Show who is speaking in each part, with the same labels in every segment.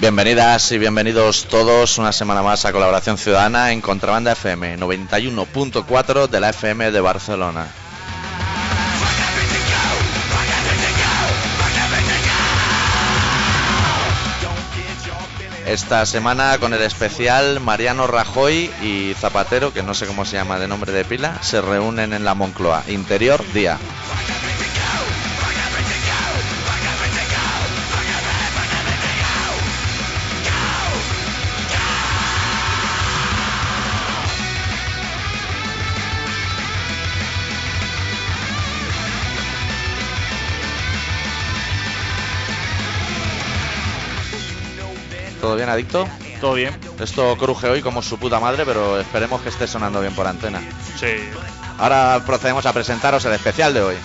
Speaker 1: Bienvenidas y bienvenidos todos una semana más a Colaboración Ciudadana en Contrabanda FM 91.4 de la FM de Barcelona. Esta semana con el especial Mariano Rajoy y Zapatero, que no sé cómo se llama de nombre de pila, se reúnen en la Moncloa. Interior, día. ¿Todo bien, adicto?
Speaker 2: Todo bien.
Speaker 1: Esto cruje hoy como su puta madre, pero esperemos que esté sonando bien por antena.
Speaker 2: Sí.
Speaker 1: Ahora procedemos a presentaros el especial de hoy.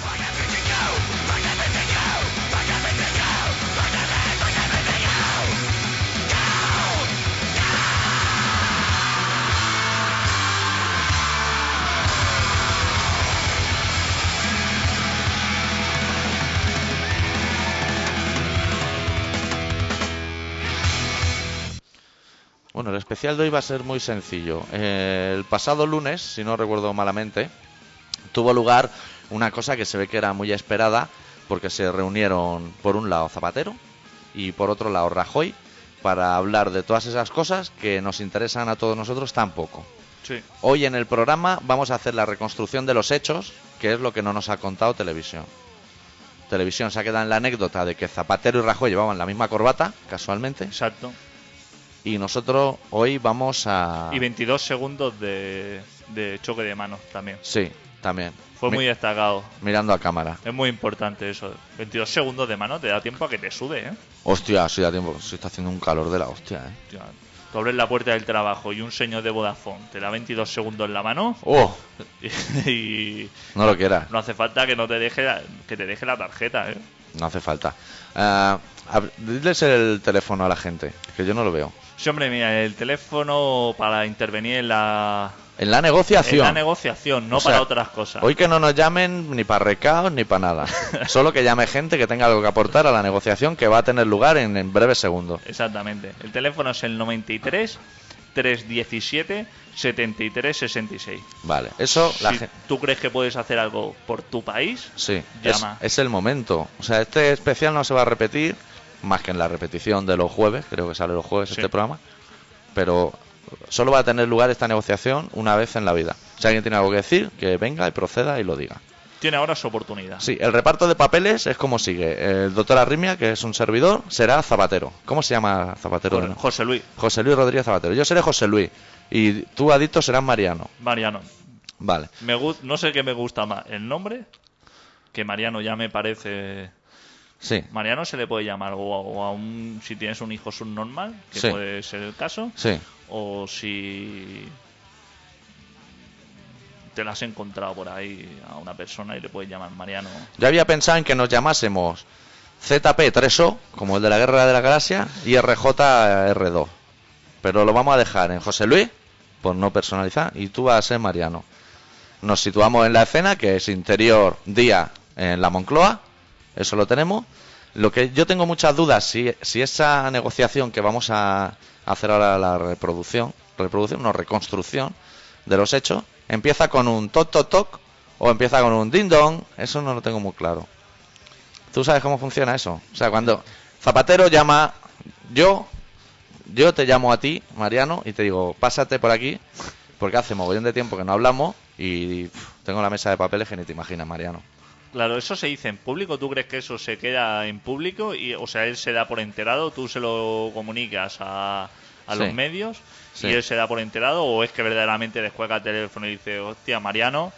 Speaker 1: Bueno, el especial de hoy va a ser muy sencillo. Eh, el pasado lunes, si no recuerdo malamente, tuvo lugar una cosa que se ve que era muy esperada, porque se reunieron por un lado Zapatero y por otro lado Rajoy para hablar de todas esas cosas que nos interesan a todos nosotros tampoco.
Speaker 2: Sí.
Speaker 1: Hoy en el programa vamos a hacer la reconstrucción de los hechos, que es lo que no nos ha contado Televisión. Televisión se ha quedado en la anécdota de que Zapatero y Rajoy llevaban la misma corbata, casualmente,
Speaker 2: Exacto.
Speaker 1: y nosotros hoy vamos a...
Speaker 2: Y 22 segundos de, de choque de manos también.
Speaker 1: Sí, también.
Speaker 2: Fue
Speaker 1: Mi-
Speaker 2: muy destacado.
Speaker 1: Mirando a cámara.
Speaker 2: Es muy importante eso. 22 segundos de mano te da tiempo a que te sube, ¿eh?
Speaker 1: Hostia, sí da tiempo. Sí está haciendo un calor de la hostia, ¿eh?
Speaker 2: Tío, Tú abres la puerta del trabajo y un señor de Vodafone te da 22 segundos en la mano
Speaker 1: ¡Oh!
Speaker 2: y, y
Speaker 1: No lo quieras.
Speaker 2: no hace falta que no te deje la, que te deje la tarjeta, ¿eh?
Speaker 1: No hace falta. Ah, ab- diles el teléfono a la gente, que yo no lo veo.
Speaker 2: Sí, hombre, mira, el teléfono para intervenir en la,
Speaker 1: En la
Speaker 2: en
Speaker 1: negociación.
Speaker 2: la negociación, no
Speaker 1: O sea,
Speaker 2: para otras cosas.
Speaker 1: Hoy que no nos llamen ni para recaos ni para nada. Solo que llame gente que tenga algo que aportar a la negociación que va a tener lugar en, en breves segundos.
Speaker 2: Exactamente. El teléfono es el 93 317 73 66.
Speaker 1: Vale, eso Oh, la
Speaker 2: si
Speaker 1: gente.
Speaker 2: tú crees que puedes hacer algo por tu país,
Speaker 1: Sí, es,
Speaker 2: llama.
Speaker 1: es el momento. O sea, este especial no se va a repetir, más que en la repetición de los jueves, creo que sale los jueves
Speaker 2: Sí.
Speaker 1: este programa, pero solo va a tener lugar esta negociación una vez en la vida. Si alguien tiene algo que decir, que venga y proceda y lo diga.
Speaker 2: tiene ahora su oportunidad.
Speaker 1: Sí, el reparto de papeles es como sigue. El doctor Arrimia, que es un servidor, será Zapatero. ¿Cómo se llama Zapatero?
Speaker 2: Con José Luis
Speaker 1: José Luis Rodríguez Zapatero. Yo seré José Luis y tú, Adicto, serás Mariano.
Speaker 2: Mariano.
Speaker 1: Vale.
Speaker 2: Me gu- no sé qué me gusta más, el nombre, que Mariano ya me parece...
Speaker 1: Sí,
Speaker 2: Mariano se le puede llamar o a, o a un... Si tienes un hijo subnormal, que
Speaker 1: Sí.
Speaker 2: puede ser el caso,
Speaker 1: sí.
Speaker 2: o si te la has encontrado por ahí a una persona y le puedes llamar Mariano.
Speaker 1: Yo había pensado en que nos llamásemos ZP3O, como el de la Guerra de la Galaxia, y RJR2. Pero lo vamos a dejar en José Luis, por no personalizar, y tú vas a ser Mariano. Nos situamos en la escena, que es interior día en la Moncloa, eso lo tenemos. Lo que yo tengo muchas dudas, si, si esa negociación que vamos a hacer ahora, la reproducción, reproducción, no, reconstrucción de los hechos, empieza con un toc toc toc o empieza con un ding dong, eso no lo tengo muy claro. ¿Tú sabes cómo funciona eso? O sea, cuando Zapatero llama yo, yo te llamo a ti, Mariano, y te digo, pásate por aquí, porque hace mogollón de tiempo que no hablamos y pf, tengo la mesa de papeles que ni te imaginas, Mariano.
Speaker 2: Claro, eso se dice en público. ¿Tú crees que eso se queda en público? Y, o sea, él se da por enterado, tú se lo comunicas a, a
Speaker 1: Sí.
Speaker 2: los medios
Speaker 1: Sí.
Speaker 2: y él se da por enterado, o es que verdaderamente descuelga el teléfono y dice, hostia, Mariano,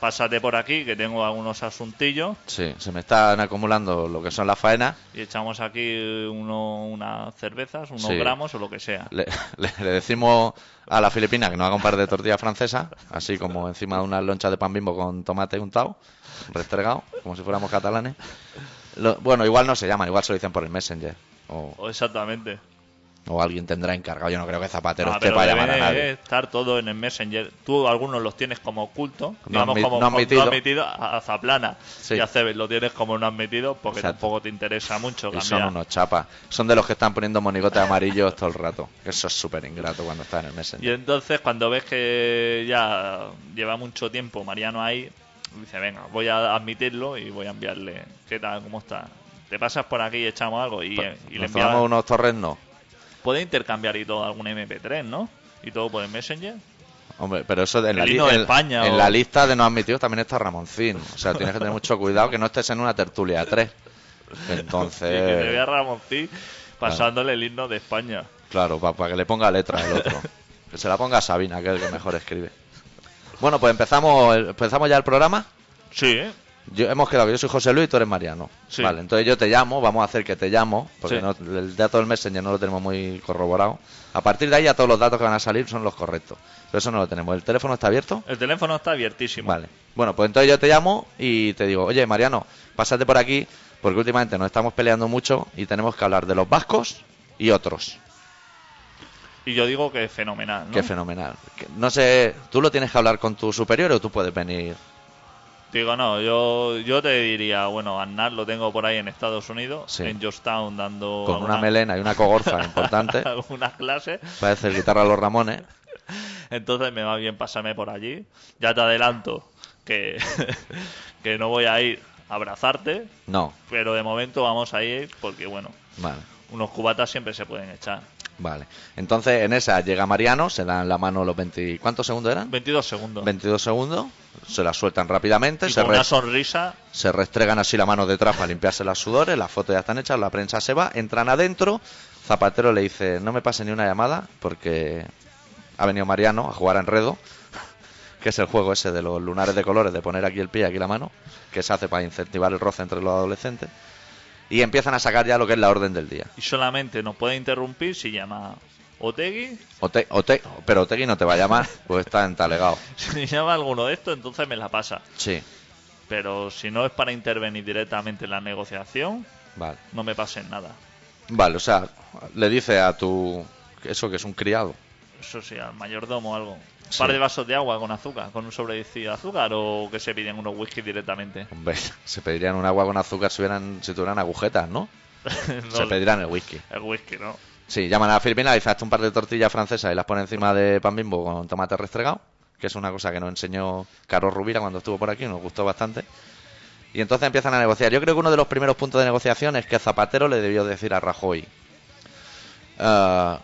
Speaker 2: pásate por aquí, que tengo algunos asuntillos
Speaker 1: Sí, se me están acumulando lo que son las faenas.
Speaker 2: y echamos aquí uno, unas cervezas, unos
Speaker 1: Sí.
Speaker 2: gramos o lo que sea.
Speaker 1: Le, le- le decimos a la filipina que nos haga un par de tortillas francesas, así como encima de una loncha de pan bimbo con tomate untado, restregado, como si fuéramos catalanes. Lo- bueno, igual no se llaman, igual se lo dicen por el Messenger. o-
Speaker 2: O exactamente.
Speaker 1: O alguien tendrá encargado. Yo no creo que Zapatero
Speaker 2: Ah,
Speaker 1: esté para llamar a
Speaker 2: debe
Speaker 1: nadie.
Speaker 2: estar todo en el Messenger. Tú algunos los tienes como oculto,
Speaker 1: No
Speaker 2: digamos
Speaker 1: admi-
Speaker 2: como
Speaker 1: no
Speaker 2: como
Speaker 1: admitido.
Speaker 2: a a Zaplana
Speaker 1: Sí.
Speaker 2: y a Cebes lo tienes como no admitido porque
Speaker 1: Exacto.
Speaker 2: tampoco te interesa mucho
Speaker 1: Y son
Speaker 2: cambiar.
Speaker 1: unos chapas. Son de los que están poniendo monigotes amarillos todo el rato. Eso es súper ingrato cuando estás en el
Speaker 2: Y
Speaker 1: Messenger.
Speaker 2: entonces cuando ves que ya lleva mucho tiempo Mariano ahí, dice, venga, voy a admitirlo y voy a enviarle, ¿qué tal? ¿Cómo está? Te pasas por aquí y echamos algo y,
Speaker 1: Pa-
Speaker 2: y le
Speaker 1: Pues, Nos
Speaker 2: enviamos...
Speaker 1: tomamos unos torrenos.
Speaker 2: Puede intercambiar y todo algún MP3, ¿no? Y todo por el Messenger.
Speaker 1: Hombre, pero eso en, la,
Speaker 2: El
Speaker 1: li-
Speaker 2: himno de
Speaker 1: en-
Speaker 2: España,
Speaker 1: en
Speaker 2: o-
Speaker 1: la lista de no admitidos también está Ramoncín. O sea, tienes que tener mucho cuidado que no estés en una tertulia de tres.
Speaker 2: Y que te vea
Speaker 1: Entonces,
Speaker 2: Ramoncín pasándole el himno de España.
Speaker 1: claro, para que le ponga letra el otro. Que se la ponga Sabina, que es el que mejor escribe. Bueno, pues empezamos, el- empezamos ya el programa.
Speaker 2: Sí, ¿eh?
Speaker 1: Yo, hemos quedado que yo soy José Luis y tú eres Mariano.
Speaker 2: Sí.
Speaker 1: Vale, entonces yo te llamo, vamos a hacer que te llamo, porque
Speaker 2: Sí.
Speaker 1: no- el dato del Messenger no lo tenemos muy corroborado. A partir de ahí ya todos los datos que van a salir son los correctos. Pero eso no lo tenemos. ¿El teléfono está abierto?
Speaker 2: El teléfono está abiertísimo.
Speaker 1: Vale. Bueno, pues entonces yo te llamo y te digo, oye Mariano, pásate por aquí, porque últimamente nos estamos peleando mucho y tenemos que hablar de los vascos y otros.
Speaker 2: Y yo digo que es fenomenal, ¿no?
Speaker 1: Qué fenomenal. Que- No sé, ¿tú lo tienes que hablar con tu superior o tú puedes venir?
Speaker 2: Digo, no, yo, yo te diría, bueno, Aznar lo tengo por ahí en Estados Unidos,
Speaker 1: Sí.
Speaker 2: en Georgetown dando...
Speaker 1: Con una melena y una cogorza importante.
Speaker 2: algunas clases.
Speaker 1: Parece el guitarra a los Ramones.
Speaker 2: Entonces me va bien pasarme por allí. Ya te adelanto que, que no voy a ir a abrazarte,
Speaker 1: No,
Speaker 2: pero de momento vamos a ir porque, bueno,
Speaker 1: vale.
Speaker 2: unos cubatas siempre se pueden echar.
Speaker 1: Vale. Entonces, en esa llega Mariano, se dan la mano los 20... ¿Cuántos segundos eran?
Speaker 2: 22 segundos.
Speaker 1: 22 segundos. Se la sueltan rápidamente.
Speaker 2: y
Speaker 1: Se,
Speaker 2: con
Speaker 1: re-
Speaker 2: una sonrisa,
Speaker 1: se restregan así la mano detrás para limpiarse las sudores. Las fotos ya están hechas, la prensa se va. Entran adentro. Zapatero le dice, no me pase ni una llamada porque ha venido Mariano a jugar a enredo. Que es el juego ese de los lunares de colores, de poner aquí el pie y aquí la mano. Que se hace para incentivar el roce entre los adolescentes. Y empiezan a sacar ya lo que es la orden del día.
Speaker 2: y solamente nos puede interrumpir si llama Otegui,
Speaker 1: Ote- Ote- pero Otegui no te va a llamar, pues está entalegado.
Speaker 2: si llama alguno de estos, entonces me la pasa.
Speaker 1: Sí,
Speaker 2: Pero si no es para intervenir directamente en la negociación,
Speaker 1: vale.
Speaker 2: no me pasen nada.
Speaker 1: Vale, o sea, le dice a tu... Eso que es un criado.
Speaker 2: Eso sí, al mayordomo o algo. Un
Speaker 1: Sí.
Speaker 2: par de vasos de agua con azúcar, con un sobredicillo de azúcar o que se piden unos whisky directamente.
Speaker 1: Hombre, se pedirían un agua con azúcar si, hubieran, si tuvieran agujetas, ¿no?
Speaker 2: No,
Speaker 1: Se pedirán el whisky.
Speaker 2: El whisky, ¿no?
Speaker 1: Sí, llaman a la Filipina, dicen hazte un par de tortillas francesas y las pone encima de pan bimbo con tomate restregado, que es una cosa que nos enseñó Carlos Rubira cuando estuvo por aquí, nos gustó bastante. Y entonces empiezan a negociar. Yo creo que uno de los primeros puntos de negociación es que Zapatero le debió decir a Rajoy, "Ah,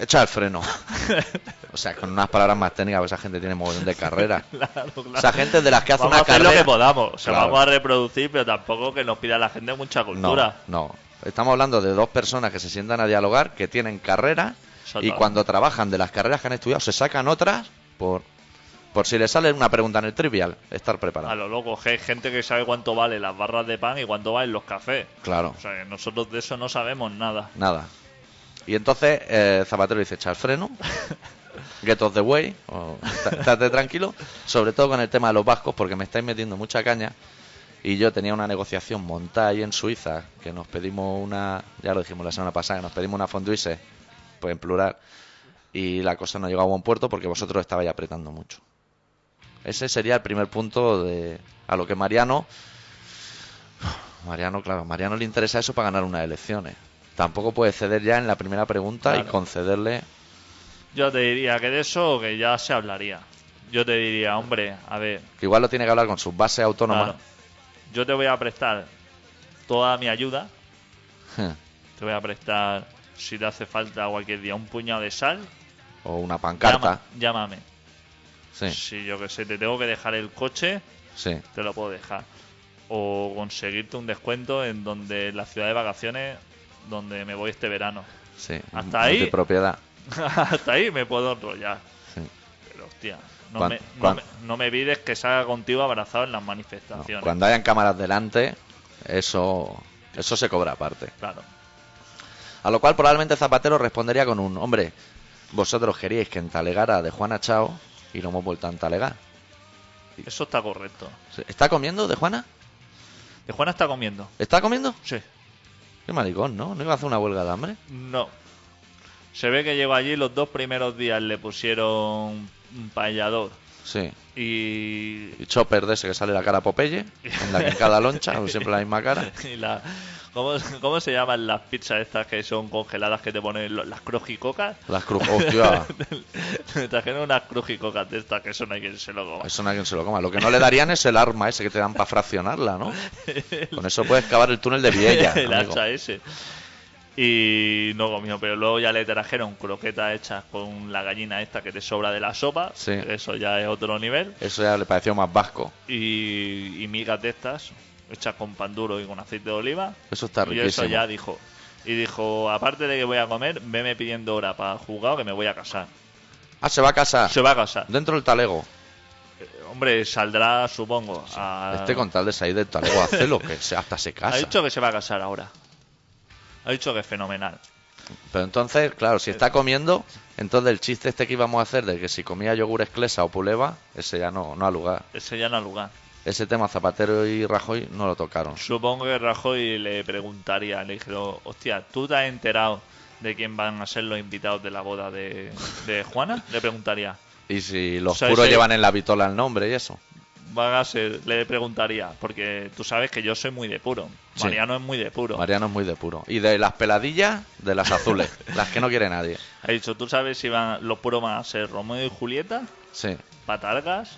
Speaker 1: echa el freno. o sea, con unas palabras más técnicas, pues esa gente tiene mogollón de carrera.
Speaker 2: Claro, claro.
Speaker 1: Esa gente es de las que hace
Speaker 2: vamos
Speaker 1: una
Speaker 2: a hacer
Speaker 1: carrera...
Speaker 2: lo que podamos. O sea,
Speaker 1: Claro.
Speaker 2: vamos a reproducir, pero tampoco que nos pida la gente mucha cultura.
Speaker 1: No, no. Estamos hablando de dos personas que se sientan a dialogar, que tienen carreras
Speaker 2: Exacto.
Speaker 1: y cuando trabajan de las carreras que han estudiado se sacan otras por por si les sale una pregunta en el trivial, estar preparado.
Speaker 2: A lo loco, que hay gente que sabe cuánto vale las barras de pan y cuánto valen los cafés.
Speaker 1: Claro,
Speaker 2: O sea, que nosotros de eso no sabemos nada.
Speaker 1: nada. Y entonces eh, Zapatero dice, echa el freno, get off the way, o "Está- estate tranquilo, sobre todo con el tema de los vascos, porque me estáis metiendo mucha caña. Y yo tenía una negociación montada ahí en Suiza, que nos pedimos una, ya lo dijimos la semana pasada, que nos pedimos una fonduise, pues en plural, y la cosa no llegó a buen puerto porque vosotros estabais apretando mucho. Ese sería el primer punto de a lo que Mariano, Mariano, claro, a Mariano le interesa eso para ganar unas elecciones. Tampoco puede ceder ya en la primera pregunta y
Speaker 2: Claro.
Speaker 1: concederle
Speaker 2: Yo te diría que de eso que ya se hablaría. Yo te diría, hombre, a ver,
Speaker 1: que igual lo tiene que hablar con sus bases autónomas.
Speaker 2: claro, yo te voy a prestar toda mi ayuda, te voy a prestar, si te hace falta cualquier día, un puñado de sal,
Speaker 1: o una pancarta.
Speaker 2: llama- llámame.
Speaker 1: Sí,
Speaker 2: Si yo que sé, te tengo que dejar el coche,
Speaker 1: sí.
Speaker 2: te lo puedo dejar. O conseguirte un descuento en donde en la ciudad de vacaciones donde me voy este verano.
Speaker 1: Sí,
Speaker 2: Hasta ahí.
Speaker 1: multipropiedad,
Speaker 2: Hasta ahí me puedo enrollar.
Speaker 1: sí.
Speaker 2: Pero hostia, no,
Speaker 1: Cuan-
Speaker 2: me, no
Speaker 1: cuan-
Speaker 2: me- no me pides que salga contigo abrazado en las
Speaker 1: No,
Speaker 2: manifestaciones.
Speaker 1: cuando hayan cámaras delante, eso, eso se cobra aparte.
Speaker 2: Claro.
Speaker 1: A lo cual probablemente Zapatero respondería con un, hombre, vosotros queríais que entalegara de Juana Chao y lo hemos vuelto a entalegar.
Speaker 2: Eso está correcto.
Speaker 1: ¿Está comiendo de Juana?
Speaker 2: De Juana está comiendo.
Speaker 1: ¿Está comiendo?
Speaker 2: Sí.
Speaker 1: Qué maricón, ¿no? ¿No iba a hacer una huelga de hambre?
Speaker 2: No. Se ve que llegó allí los dos primeros días le pusieron un payador
Speaker 1: Sí.
Speaker 2: y,
Speaker 1: Y Chopper de ese que sale la cara a Popeye, en la que en cada loncha, siempre la misma cara.
Speaker 2: y la- ¿cómo, cómo se llaman las pizzas estas que son congeladas que te ponen lo- las crujicocas?
Speaker 1: Las crujas. Hostia,
Speaker 2: Me trajeron unas crujicocas de estas que son hay quien se lo coma.
Speaker 1: eso no hay quien se lo coma. Lo que no le darían es el arma ese que te dan para fraccionarla, ¿no? Con eso puedes cavar el túnel de Viella.
Speaker 2: el
Speaker 1: amigo.
Speaker 2: hacha ese. Y no comió, pero luego ya le trajeron croquetas hechas con la gallina esta que te sobra de la sopa.
Speaker 1: Sí.
Speaker 2: Eso ya es otro nivel.
Speaker 1: Eso ya le pareció más vasco.
Speaker 2: Y, y migas de estas hechas con pan duro y con aceite de oliva.
Speaker 1: Eso está
Speaker 2: y
Speaker 1: riquísimo.
Speaker 2: eso ya dijo. Y dijo, aparte de que voy a comer, veme pidiendo hora para jugar que me voy a casar.
Speaker 1: Ah, se va a casa.
Speaker 2: Se va a casar.
Speaker 1: Dentro del talego.
Speaker 2: Eh, Hombre, saldrá, supongo. a-
Speaker 1: Este con tal de salir del talego, hace lo que sea, hasta se casa.
Speaker 2: Ha dicho que se va a casar ahora. Ha dicho que es fenomenal.
Speaker 1: Pero entonces, claro, si está comiendo, entonces el chiste este que íbamos a hacer de que si comía yogur esclesa o puleva, ese ya no, no ha lugar.
Speaker 2: Ese ya no ha lugar.
Speaker 1: Ese tema Zapatero y Rajoy no lo tocaron.
Speaker 2: Supongo que Rajoy le preguntaría, le dijeron, hostia, ¿tú te has enterado de quién van a ser los invitados de la boda de, de Juana? Le preguntaría.
Speaker 1: Y si los
Speaker 2: ¿Sabes
Speaker 1: puros
Speaker 2: el-
Speaker 1: llevan en la vitola el nombre y eso.
Speaker 2: Van a ser, le preguntaría, porque tú sabes que yo soy muy de puro.
Speaker 1: Sí.
Speaker 2: Mariano es muy de puro.
Speaker 1: Mariano es muy de puro. Y de las peladillas, de las azules, las que no quiere nadie.
Speaker 2: Ha dicho, ¿tú sabes si van, los puros van a ser Romeo y Julieta,
Speaker 1: Sí.
Speaker 2: Patargas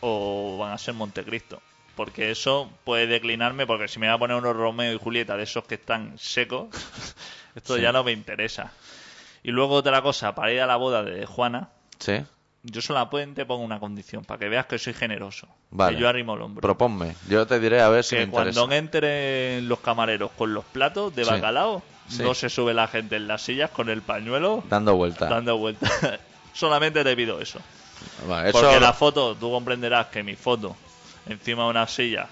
Speaker 2: o van a ser Montecristo? Porque eso puede declinarme, porque si me va a poner unos Romeo y Julieta de esos que están secos, esto
Speaker 1: Sí.
Speaker 2: ya no me interesa. Y luego otra cosa, para ir a la boda de Juana,
Speaker 1: Sí.
Speaker 2: yo solamente pongo una condición, para que veas que soy generoso.
Speaker 1: Vale.
Speaker 2: Que yo arrimo el hombro.
Speaker 1: Proponme. Yo te diré a ver si me
Speaker 2: que
Speaker 1: interesa.
Speaker 2: cuando entren los camareros con los platos de
Speaker 1: Sí.
Speaker 2: bacalao,
Speaker 1: Sí.
Speaker 2: no se sube la gente en las sillas con el pañuelo
Speaker 1: Dando vueltas.
Speaker 2: dando vueltas. Solamente te pido eso.
Speaker 1: Vale, eso-
Speaker 2: Porque la foto, tú comprenderás que mi foto encima de una silla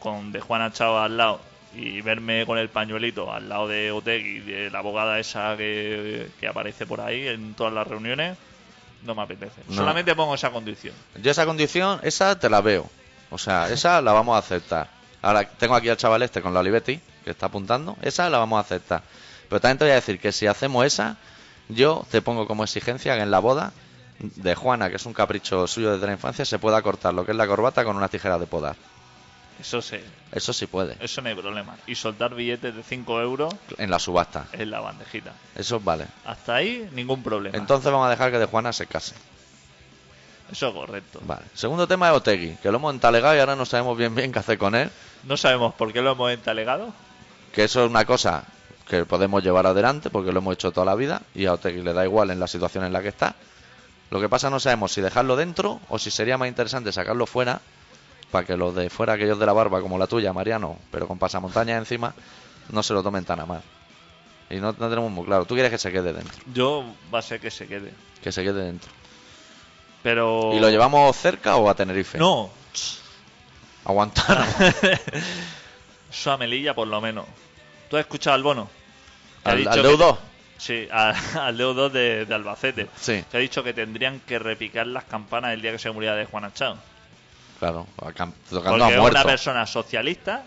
Speaker 2: con de Juana Chava al lado y verme con el pañuelito al lado de Otegui, de la abogada esa que, que aparece por ahí en todas las reuniones, no me apetece.
Speaker 1: No.
Speaker 2: Solamente pongo esa condición.
Speaker 1: Yo esa condición, esa te la veo. O sea, esa la vamos a aceptar. Ahora tengo aquí al chaval este con la Olivetti, que está apuntando. Esa la vamos a aceptar. Pero también te voy a decir que si hacemos esa, yo te pongo como exigencia que en la boda de Juana, que es un capricho suyo desde la infancia, se pueda cortar lo que es la corbata con unas tijeras de podar.
Speaker 2: Eso sí,
Speaker 1: Eso sí puede.
Speaker 2: eso no hay problema. Y soltar billetes de 5 euros
Speaker 1: En la subasta.
Speaker 2: en la bandejita.
Speaker 1: Eso vale.
Speaker 2: Hasta ahí, ningún problema.
Speaker 1: Entonces vamos a dejar que de Juana se case.
Speaker 2: Eso es correcto.
Speaker 1: Vale. Segundo tema de Otegui, que lo hemos entalegado y ahora no sabemos bien bien qué hacer con él.
Speaker 2: No sabemos por qué lo hemos entalegado.
Speaker 1: que eso es una cosa que podemos llevar adelante porque lo hemos hecho toda la vida y a Otegui le da igual en la situación en la que está. Lo que pasa no sabemos si dejarlo dentro o si sería más interesante sacarlo fuera para que los de fuera, aquellos de la barba como la tuya, Mariano, pero con pasamontañas encima, no se lo tomen tan a mal. Y no, no tenemos muy claro. Tú quieres que se quede dentro,
Speaker 2: Yo va a ser que se quede.
Speaker 1: que se quede dentro.
Speaker 2: Pero.
Speaker 1: ¿Y lo llevamos cerca o a Tenerife?
Speaker 2: Oh. No.
Speaker 1: Aguantar.
Speaker 2: Eso a Melilla, por lo menos. ¿Tú has escuchado al bono? Que ha
Speaker 1: ¿Al,
Speaker 2: dicho
Speaker 1: al
Speaker 2: que-
Speaker 1: deudo?
Speaker 2: Sí, a- al Deu 2 de, de Albacete.
Speaker 1: Sí.
Speaker 2: Que ha dicho que tendrían que repicar las campanas el día que se muriera de Juan Achao.
Speaker 1: Claro, a cam- tocando
Speaker 2: Porque
Speaker 1: a
Speaker 2: es una
Speaker 1: muerto.
Speaker 2: persona socialista,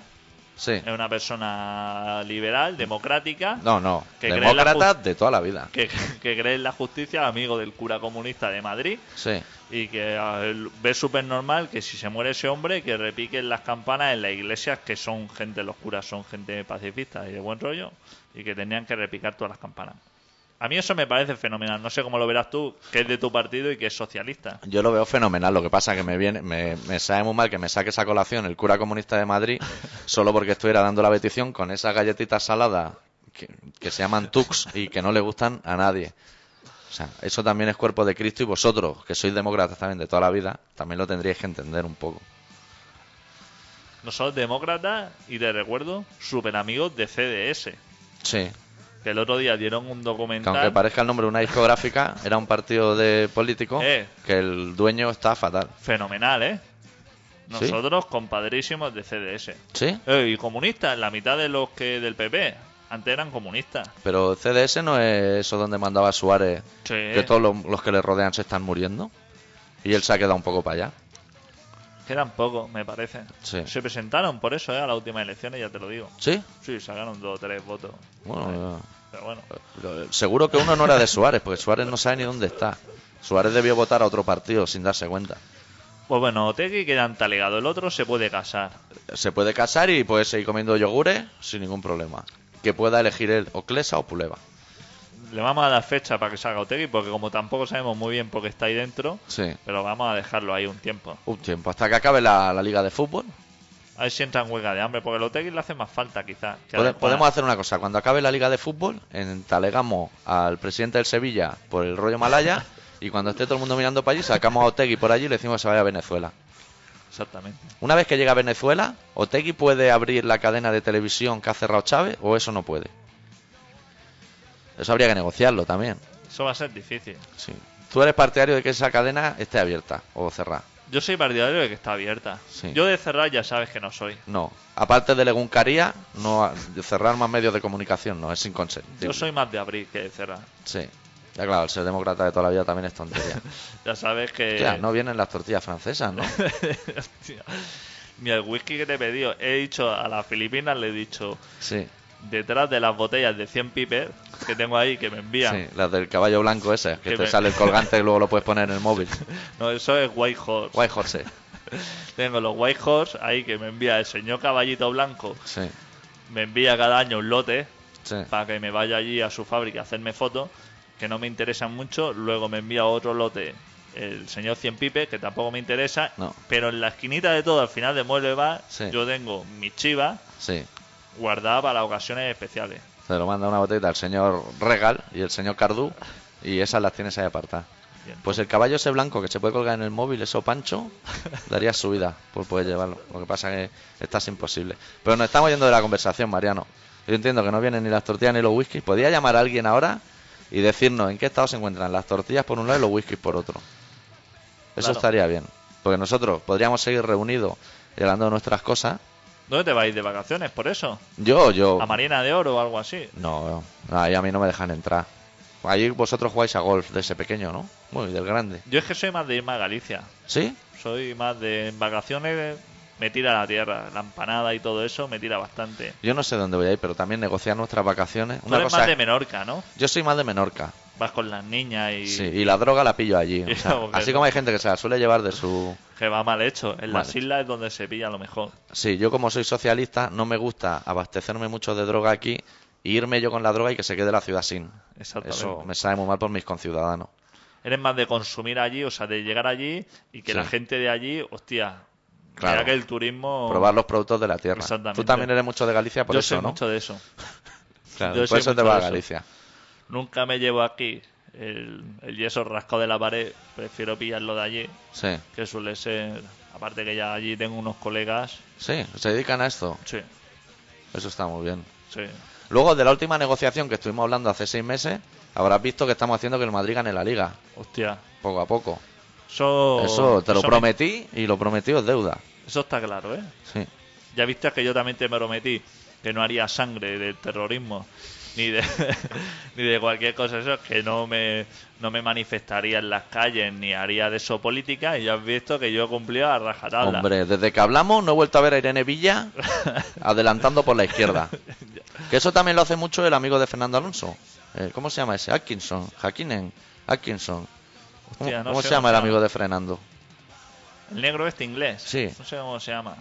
Speaker 1: Sí.
Speaker 2: es una persona liberal, democrática,
Speaker 1: No, no.
Speaker 2: Que cree en la
Speaker 1: Demócrata de toda la vida.
Speaker 2: que, que cree en la justicia, amigo del cura comunista de Madrid.
Speaker 1: Sí.
Speaker 2: Y que a él ve súper normal que si se muere ese hombre, que repiquen las campanas en las iglesias, que son gente, los curas son gente pacifista y de buen rollo, y que tenían que repicar todas las campanas. A mí eso me parece fenomenal. No sé cómo lo verás tú, que es de tu partido y que es socialista.
Speaker 1: Yo lo veo fenomenal. Lo que pasa que me viene, me, me sabe muy mal que me saque esa colación el cura comunista de Madrid solo porque estuviera dando la petición con esas galletitas saladas que, que se llaman Tux y que no le gustan a nadie. O sea, eso también es cuerpo de Cristo y vosotros, que sois demócratas también de toda la vida, también lo tendríais que entender un poco.
Speaker 2: Nosotros demócratas y te recuerdo, súper amigos de CDS,
Speaker 1: Sí.
Speaker 2: que el otro día dieron un
Speaker 1: Que aunque
Speaker 2: documental.
Speaker 1: parezca el nombre de una discográfica, era un partido de político
Speaker 2: Eh.
Speaker 1: que el dueño está fatal.
Speaker 2: Fenomenal, ¿eh?
Speaker 1: Sí.
Speaker 2: Nosotros compadrísimos de CDS.
Speaker 1: ¿Sí?
Speaker 2: Eh, y comunistas, la mitad de los que del PP antes eran comunistas.
Speaker 1: Pero CDS no es eso donde mandaba Suárez
Speaker 2: Sí.
Speaker 1: que todos los, los que le rodean se están muriendo y él se ha quedado un poco para allá.
Speaker 2: Quedan pocos, me parece.
Speaker 1: Sí.
Speaker 2: Se presentaron por eso, ¿eh? A las últimas elecciones, ya te lo digo.
Speaker 1: ¿Sí?
Speaker 2: Sí, sacaron dos o tres votos.
Speaker 1: Bueno, eh,
Speaker 2: Pero bueno,
Speaker 1: Lo- Seguro que uno no era de Suárez, porque Suárez no sabe ni dónde está. Suárez debió votar a otro partido sin darse cuenta.
Speaker 2: pues bueno, Otegi queda antalegado. El otro se puede casar.
Speaker 1: Se puede casar y puede seguir comiendo yogures sin ningún problema. Que pueda elegir él o Clesa o Puleva.
Speaker 2: Le vamos a dar fecha para que salga Otegi, porque como tampoco sabemos muy bien por qué está ahí dentro,
Speaker 1: Sí.
Speaker 2: pero vamos a dejarlo ahí un tiempo.
Speaker 1: Un tiempo, hasta que acabe la, la liga de fútbol.
Speaker 2: A ver si entra en huelga de hambre, porque el Otegi le hace más falta quizás. que a
Speaker 1: Pode-
Speaker 2: Despala.
Speaker 1: podemos hacer una cosa. Cuando acabe la liga de fútbol, entalegamos al presidente del Sevilla por el rollo Malaya y cuando esté todo el mundo mirando para allí, sacamos a Otegui por allí y le decimos que se vaya a Venezuela.
Speaker 2: Exactamente.
Speaker 1: Una vez que llega a Venezuela, Otegui puede abrir la cadena de televisión que ha cerrado Chávez o eso no puede. Eso habría que negociarlo también.
Speaker 2: Eso va a ser difícil.
Speaker 1: Sí. Tú eres partidario de que esa cadena esté abierta o cerrada.
Speaker 2: Yo soy partidario de que está abierta.
Speaker 1: Sí.
Speaker 2: Yo de cerrar ya sabes que no soy.
Speaker 1: No. Aparte de leguncaría, no ha- de cerrar más medios de comunicación no, es inconsciente.
Speaker 2: Yo soy más de abrir que de cerrar.
Speaker 1: Sí. Ya claro, el ser demócrata de toda la vida también es tontería.
Speaker 2: Ya sabes que...
Speaker 1: Hostia, no vienen las tortillas francesas, ¿no?
Speaker 2: Hostia. Ni el whisky que te he pedido. He dicho a las Filipinas, le he dicho,
Speaker 1: Sí.
Speaker 2: detrás de las botellas de 100 pipes que tengo ahí, que me envían.
Speaker 1: Sí, las del caballo blanco ese, que
Speaker 2: Que
Speaker 1: te
Speaker 2: me-
Speaker 1: sale el colgante y luego lo puedes poner en el móvil.
Speaker 2: No, eso es White Horse.
Speaker 1: Guay, José.
Speaker 2: Tengo los White Horse ahí que me envía el señor Caballito Blanco.
Speaker 1: Sí,
Speaker 2: Me envía cada año un lote
Speaker 1: sí.
Speaker 2: para que me vaya allí a su fábrica a hacerme fotos, que no me interesan mucho. Luego me envía otro lote el señor Cien Pipe, que tampoco me interesa.
Speaker 1: No.
Speaker 2: Pero en la esquinita de todo, al final de Mueble Bar,
Speaker 1: Sí.
Speaker 2: yo tengo mis chivas
Speaker 1: Sí.
Speaker 2: guardadas para las ocasiones especiales.
Speaker 1: Se lo manda una botella al señor Regal y el señor Cardu y esas las tienes ahí apartadas.
Speaker 2: Bien.
Speaker 1: Pues el caballo ese blanco que se puede colgar en el móvil, eso Pancho, daría su vida por poder llevarlo. Lo que pasa es que estás imposible. Pero nos estamos yendo de la conversación, Mariano. Yo entiendo que no vienen ni las tortillas ni los whiskies. ¿Podría llamar a alguien ahora y decirnos en qué estado se encuentran las tortillas por un lado y los whiskies por otro? Eso
Speaker 2: Claro.
Speaker 1: estaría bien. Porque nosotros podríamos seguir reunidos y hablando de nuestras cosas.
Speaker 2: ¿Dónde te vais de vacaciones? Por eso.
Speaker 1: Yo, yo.
Speaker 2: A Marina de Oro o algo así.
Speaker 1: No, no, ahí a mí no me dejan entrar. Ahí vosotros jugáis a golf de ese pequeño, ¿no? Bueno, y del grande.
Speaker 2: Yo es que soy más de irme a Galicia.
Speaker 1: ¿Sí?
Speaker 2: Soy más de en vacaciones, me tira la tierra. La empanada y todo eso me tira bastante.
Speaker 1: Yo no sé dónde voy a ir, pero también negociar nuestras vacaciones.
Speaker 2: Tú
Speaker 1: Una
Speaker 2: eres
Speaker 1: cosa
Speaker 2: más
Speaker 1: es-
Speaker 2: de Menorca, ¿no?
Speaker 1: Yo soy más de Menorca.
Speaker 2: Vas con las niñas y
Speaker 1: Sí. y la droga la pillo allí.
Speaker 2: Y
Speaker 1: o sea,
Speaker 2: vamos,
Speaker 1: así
Speaker 2: que-
Speaker 1: como hay gente que se la suele llevar de su...
Speaker 2: que va mal hecho. En
Speaker 1: Mal
Speaker 2: las
Speaker 1: hecho.
Speaker 2: islas es donde se pilla lo mejor.
Speaker 1: Sí, yo como soy socialista, no me gusta abastecerme mucho de droga aquí e irme yo con la droga y que se quede la ciudad sin.
Speaker 2: Exactamente.
Speaker 1: Eso me sabe muy mal por mis conciudadanos.
Speaker 2: Eres más de consumir allí, o sea, de llegar allí y que
Speaker 1: Sí.
Speaker 2: la gente de allí, hostia,
Speaker 1: Claro.
Speaker 2: mira que el turismo.
Speaker 1: Probar los productos de la tierra.
Speaker 2: Oh. Exactamente.
Speaker 1: Tú también eres mucho de Galicia por
Speaker 2: Yo
Speaker 1: eso,
Speaker 2: soy
Speaker 1: ¿no?
Speaker 2: mucho de eso.
Speaker 1: Claro,
Speaker 2: yo
Speaker 1: por
Speaker 2: soy
Speaker 1: eso te
Speaker 2: mucho
Speaker 1: vas a
Speaker 2: de eso.
Speaker 1: Galicia.
Speaker 2: Nunca me llevo aquí el, el yeso rascado de la pared. Prefiero pillarlo de allí,
Speaker 1: Sí.
Speaker 2: que suele ser. Aparte que ya allí tengo unos colegas.
Speaker 1: Sí, se dedican a esto.
Speaker 2: Sí,
Speaker 1: Eso está muy bien.
Speaker 2: sí.
Speaker 1: Luego, de la última negociación que estuvimos hablando hace seis meses, habrás visto que estamos haciendo que el Madrid gane la liga,
Speaker 2: Hostia.
Speaker 1: poco a poco.
Speaker 2: Eso,
Speaker 1: eso te lo
Speaker 2: Oh, eso me-
Speaker 1: prometí y lo prometido es deuda.
Speaker 2: eso está claro, ¿eh?
Speaker 1: Sí.
Speaker 2: Ya viste que yo también te prometí que no haría sangre del terrorismo ni de, ni de cualquier cosa de eso, que no me, no me manifestaría en las calles ni haría de eso política y ya has visto que yo he cumplido a rajatabla.
Speaker 1: Hombre, desde que hablamos no he vuelto a ver a Irene Villa adelantando por la izquierda. Que eso también lo hace mucho el amigo de Fernando Alonso. Eh, ¿Cómo se llama ese? Atkinson, Hakkinen, Atkinson. ¿Cómo,
Speaker 2: Hostia, no
Speaker 1: cómo
Speaker 2: sé
Speaker 1: se llama
Speaker 2: cómo
Speaker 1: el
Speaker 2: se
Speaker 1: amigo de Fernando?
Speaker 2: El negro este inglés.
Speaker 1: Sí.
Speaker 2: No sé cómo se llama.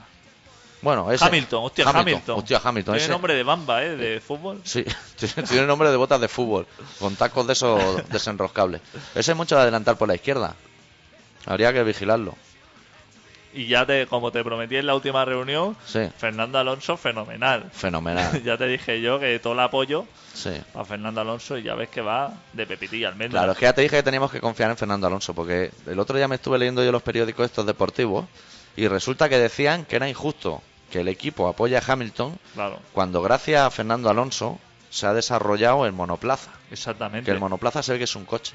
Speaker 1: Bueno, ese.
Speaker 2: Hamilton, hostia, Hamilton.
Speaker 1: Hostia, Hamilton.
Speaker 2: Tiene
Speaker 1: ese.
Speaker 2: nombre de bamba, ¿eh? De fútbol.
Speaker 1: Sí, tiene tiene nombre de botas de fútbol, con tacos de esos desenroscables. Ese es mucho de adelantar por la izquierda. Habría que vigilarlo.
Speaker 2: Y ya, te, como te prometí en la última reunión,
Speaker 1: Sí,
Speaker 2: Fernando Alonso, fenomenal.
Speaker 1: fenomenal.
Speaker 2: ya te dije yo que todo el apoyo
Speaker 1: Sí.
Speaker 2: a Fernando Alonso y ya ves que va de pepitilla al menos.
Speaker 1: Claro, es que ya te dije que teníamos que confiar en Fernando Alonso, porque el otro día me estuve leyendo yo los periódicos estos deportivos y resulta que decían que era injusto que el equipo apoya a Hamilton
Speaker 2: Claro,
Speaker 1: cuando gracias a Fernando Alonso se ha desarrollado el monoplaza. Que
Speaker 2: exactamente.
Speaker 1: el monoplaza se ve que es un coche.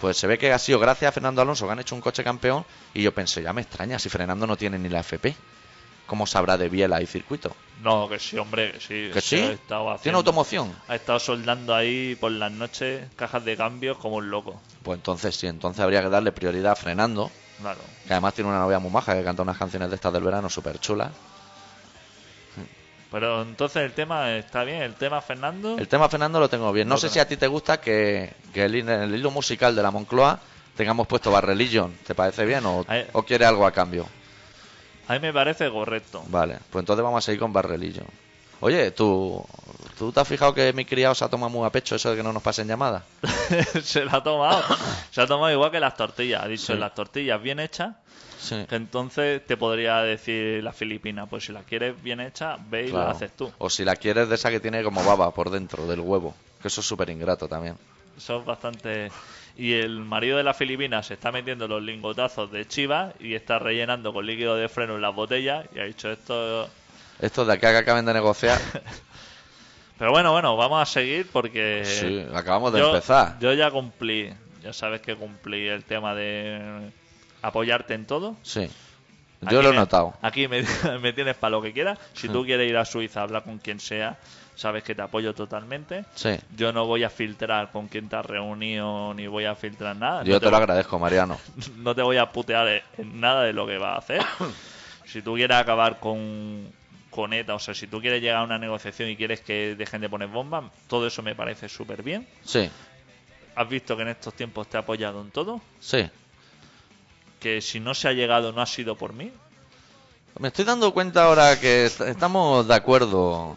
Speaker 1: Pues se ve que ha sido gracias a Fernando Alonso que han hecho un coche campeón. Y yo pensé, ya me extraña, si Fernando no tiene ni la FP. ¿Cómo sabrá de biela y circuito?
Speaker 2: No, que sí, hombre, que sí.
Speaker 1: ¿Que sí?
Speaker 2: Ha estado
Speaker 1: ¿Tiene
Speaker 2: haciendo-
Speaker 1: automoción?
Speaker 2: Ha estado soldando ahí por las noches cajas de cambios como un loco.
Speaker 1: Pues entonces sí, entonces habría que darle prioridad a Fernando.
Speaker 2: Claro.
Speaker 1: Que además tiene una novia muy maja que canta unas canciones de estas del verano súper chulas.
Speaker 2: Pero entonces el tema está bien, el tema Fernando.
Speaker 1: El tema, Fernando, lo tengo bien. No
Speaker 2: Lo
Speaker 1: sé
Speaker 2: tengo.
Speaker 1: si a ti te gusta que, que el, in- el hilo musical de la Moncloa tengamos puesto Bad Religion. ¿Te parece bien o,
Speaker 2: Ay.
Speaker 1: o quiere algo a cambio?
Speaker 2: A mí me parece correcto.
Speaker 1: Vale, pues entonces vamos a seguir con Bad Religion. Oye, ¿tú, ¿tú te has fijado que mi criado se ha tomado muy a pecho eso de que no nos pasen llamadas?
Speaker 2: se la ha tomado. Se ha tomado igual que las tortillas. Ha dicho, las tortillas bien hechas.
Speaker 1: Sí.
Speaker 2: Que entonces te podría decir la Filipina, pues si la quieres bien hecha, ve y la
Speaker 1: Claro.
Speaker 2: haces tú.
Speaker 1: O si la quieres de esa que tiene como baba por dentro del huevo, que eso es súper ingrato también.
Speaker 2: Eso es bastante... Y el marido de la Filipina se está metiendo los lingotazos de Chivas y está rellenando con líquido de freno en las botellas y ha dicho esto...
Speaker 1: Esto de acá que acaben de negociar,
Speaker 2: Pero bueno, bueno, vamos a seguir porque...
Speaker 1: sí, acabamos de
Speaker 2: Eh, yo,
Speaker 1: empezar.
Speaker 2: Yo ya cumplí, ya sabes que cumplí el tema de apoyarte en todo.
Speaker 1: Sí,
Speaker 2: Aquí
Speaker 1: yo lo he
Speaker 2: me-
Speaker 1: notado. Hmm.
Speaker 2: Aquí me, me tienes para lo que quieras. Si tú quieres ir a Suiza a hablar con quien sea, sabes que te apoyo totalmente.
Speaker 1: Sí,
Speaker 2: Yo no voy a filtrar con quién te has reunido, ni voy a filtrar nada.
Speaker 1: yo
Speaker 2: no,
Speaker 1: te lo
Speaker 2: voy-
Speaker 1: agradezco, Mariano.
Speaker 2: no te voy a putear en- en nada de lo que vas a hacer. si tú quieres acabar con, con ETA, o sea, si tú quieres llegar a una negociación y quieres que dejen de poner bombas, todo eso me parece súper bien.
Speaker 1: Sí,
Speaker 2: Has visto que en estos tiempos te he apoyado en todo.
Speaker 1: sí.
Speaker 2: Que si no se ha llegado, no ha sido por mí.
Speaker 1: Me estoy dando cuenta ahora que est- estamos de acuerdo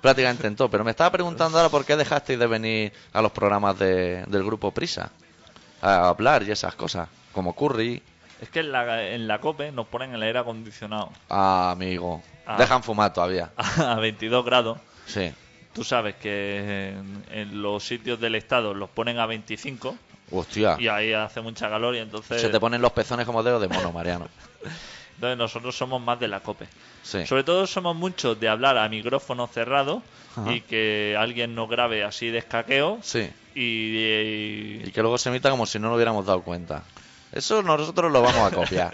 Speaker 1: prácticamente en todo, pero me estaba preguntando ahora por qué dejasteis de venir a los programas de- del grupo Prisa a hablar y esas cosas, como Curry,
Speaker 2: Es que en la, en la COPE nos ponen el aire acondicionado
Speaker 1: ah, amigo,
Speaker 2: Ah.
Speaker 1: dejan fumar todavía.
Speaker 2: a 22 grados.
Speaker 1: Sí,
Speaker 2: Tú sabes que en, en los sitios del Estado los ponen a 25
Speaker 1: hostia,
Speaker 2: y ahí hace mucha calor y entonces,
Speaker 1: Ah. se te ponen los pezones como dedos de mono, Mariano.
Speaker 2: entonces nosotros somos más de la COPE.
Speaker 1: Sí,
Speaker 2: Sobre todo somos muchos de hablar a micrófono cerrado
Speaker 1: Ajá.
Speaker 2: y que alguien nos grabe así de escaqueo
Speaker 1: sí,
Speaker 2: y, eh, y-
Speaker 1: y que luego se emita como si no nos hubiéramos dado cuenta. Eso nosotros lo vamos a copiar,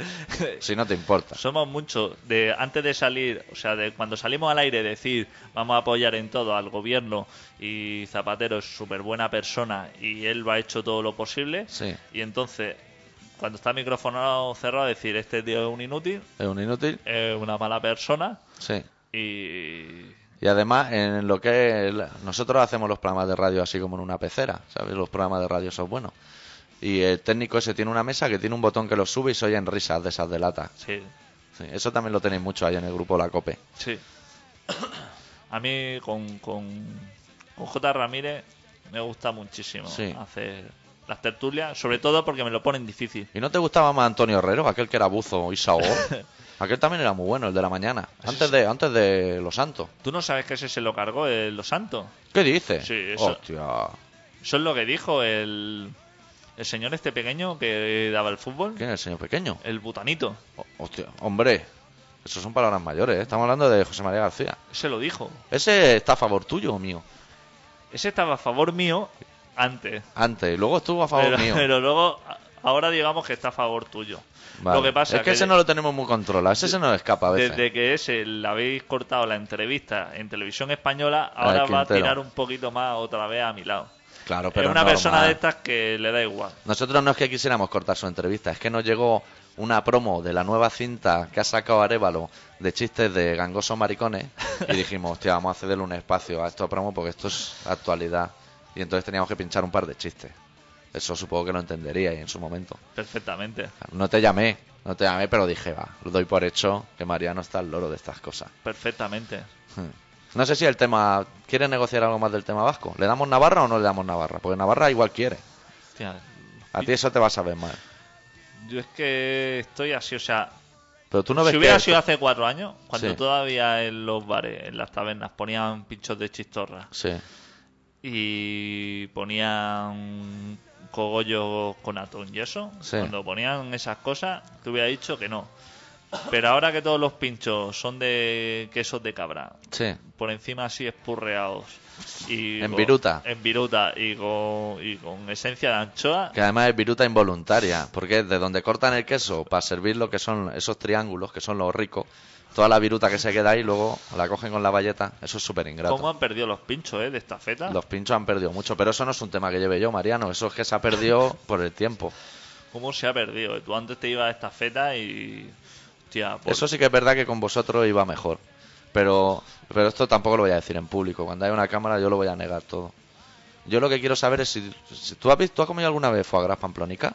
Speaker 1: si no te importa.
Speaker 2: Somos muchos de antes de salir, o sea, de cuando salimos al aire decir vamos a apoyar en todo al gobierno y Zapatero es súper buena persona y él lo ha hecho todo lo posible.
Speaker 1: Sí.
Speaker 2: Y entonces, cuando está el micrófono cerrado, decir este tío es un inútil,
Speaker 1: Es un inútil,
Speaker 2: es una mala persona
Speaker 1: sí.
Speaker 2: y...
Speaker 1: Y además, en lo que es la- nosotros hacemos los programas de radio así como en una pecera, ¿sabes? Los programas de radio son buenos. Y el técnico ese tiene una mesa que tiene un botón que lo sube y se oyen risas de esas de lata.
Speaker 2: Sí,
Speaker 1: Sí, eso también lo tenéis mucho ahí en el grupo La Cope.
Speaker 2: sí. A mí con, con, con J. Ramírez me gusta muchísimo
Speaker 1: Sí.
Speaker 2: hacer las tertulias, sobre todo porque me lo ponen difícil.
Speaker 1: ¿Y no te gustaba más Antonio Herrero, aquel que era buzo y saó? aquel también era muy bueno, el de la mañana, antes de, antes de Los Santos.
Speaker 2: ¿Tú no sabes que ese se lo cargó el Los Santos?
Speaker 1: ¿Qué dices?
Speaker 2: Sí, eso-
Speaker 1: Hostia,
Speaker 2: Eso es lo que dijo el, el señor este pequeño que daba el fútbol.
Speaker 1: ¿quién es el señor pequeño?
Speaker 2: El butanito.
Speaker 1: Ho- Hostia, hombre, eso son palabras mayores, ¿eh? estamos hablando de José María García.
Speaker 2: Ese lo dijo.
Speaker 1: ¿Ese está a favor tuyo o mío?
Speaker 2: Ese estaba a favor mío antes.
Speaker 1: Antes, y luego estuvo a favor
Speaker 2: pero,
Speaker 1: mío.
Speaker 2: pero luego, a- ahora digamos que está a favor tuyo.
Speaker 1: Vale.
Speaker 2: Lo que pasa
Speaker 1: es que, ese
Speaker 2: de-
Speaker 1: no lo tenemos muy controlado, ese se nos escapa a veces.
Speaker 2: desde que ese le habéis cortado la entrevista en televisión española, ahora va a
Speaker 1: Quintero.
Speaker 2: tirar un poquito más otra vez a mi lado.
Speaker 1: Claro, pero
Speaker 2: Es una
Speaker 1: normal.
Speaker 2: persona de estas que le da igual.
Speaker 1: Nosotros no es que quisiéramos cortar su entrevista, es que nos llegó una promo de la nueva cinta que ha sacado Arevalo de chistes de gangosos maricones y dijimos, hostia, vamos a cederle un espacio a esta promo porque esto es actualidad. Y entonces teníamos que pinchar un par de chistes. Eso supongo que lo entendería en su momento.
Speaker 2: Perfectamente,
Speaker 1: No te llamé, no te llamé, pero dije, va, lo doy por hecho que Mariano está al loro de estas cosas.
Speaker 2: perfectamente.
Speaker 1: Hmm. No sé si el tema. ¿Quiere negociar algo más del tema vasco? ¿Le damos Navarra o no le damos Navarra? Porque Navarra igual quiere.
Speaker 2: Hostia,
Speaker 1: A ti eso te va a saber mal.
Speaker 2: yo es que estoy así, o sea,
Speaker 1: Pero tú no ves
Speaker 2: si hubiera
Speaker 1: que-
Speaker 2: sido hace cuatro años, cuando
Speaker 1: Sí.
Speaker 2: todavía en los bares, en las tabernas, ponían pinchos de chistorra
Speaker 1: Sí,
Speaker 2: y ponían cogollos con atún y eso,
Speaker 1: Sí.
Speaker 2: cuando ponían esas cosas, te hubiera dicho que no. Pero ahora que todos los pinchos son de quesos de cabra,
Speaker 1: sí.
Speaker 2: por encima así espurreados. Y
Speaker 1: En
Speaker 2: con-
Speaker 1: viruta.
Speaker 2: En viruta y con, y con esencia de anchoa.
Speaker 1: Que además es viruta involuntaria. Porque es de donde cortan el queso para servir lo que son esos triángulos, que son los ricos. Toda la viruta que se queda ahí, luego la cogen con la valleta. Eso es súper ingrato.
Speaker 2: ¿Cómo han perdido los pinchos eh, de esta feta?
Speaker 1: Los pinchos han perdido mucho. Pero eso no es un tema que lleve yo, Mariano. Eso es que se ha perdido por el tiempo.
Speaker 2: ¿Cómo se ha perdido? Eh, Tú antes te ibas a esta feta y. Hostia, pues, por-
Speaker 1: Eso sí que es verdad que con vosotros iba mejor. Pero, pero esto tampoco lo voy a decir en público. Cuando hay una cámara yo lo voy a negar todo. Yo lo que quiero saber es si, si- tú has visto, ¿tú has comido alguna vez foie gras pamplonica.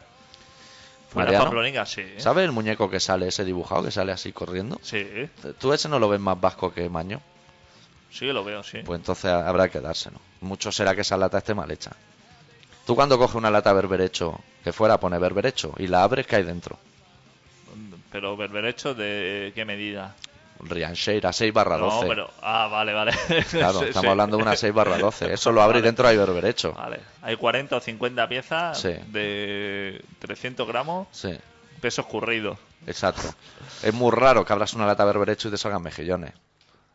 Speaker 2: Fuera
Speaker 1: Mariano,
Speaker 2: Pamplónica, sí. ¿eh?
Speaker 1: ¿Sabes el muñeco que sale ese dibujado que sale así corriendo?
Speaker 2: Sí,
Speaker 1: Tú ese no lo ves más vasco que Maño.
Speaker 2: sí que lo veo, sí.
Speaker 1: Pues entonces habrá que dárselo. Mucho será que esa lata esté mal hecha. Tú cuando coges una lata berberecho, que fuera pone berberecho, y la abres, que hay dentro?
Speaker 2: Pero berberecho, ¿de qué medida?
Speaker 1: Riancheira, 6 barra 12.
Speaker 2: No, pero... Ah, vale, vale.
Speaker 1: Claro,
Speaker 2: Sí, Ah.
Speaker 1: estamos
Speaker 2: sí.
Speaker 1: hablando de una 6 barra 12. Eso lo abre y
Speaker 2: Vale.
Speaker 1: dentro hay berberecho.
Speaker 2: Vale. Hay 40 o 50 piezas
Speaker 1: Sí.
Speaker 2: de 300 gramos,
Speaker 1: Sí,
Speaker 2: peso escurrido.
Speaker 1: exacto. Es muy raro que abras una lata berberecho y te salgan mejillones.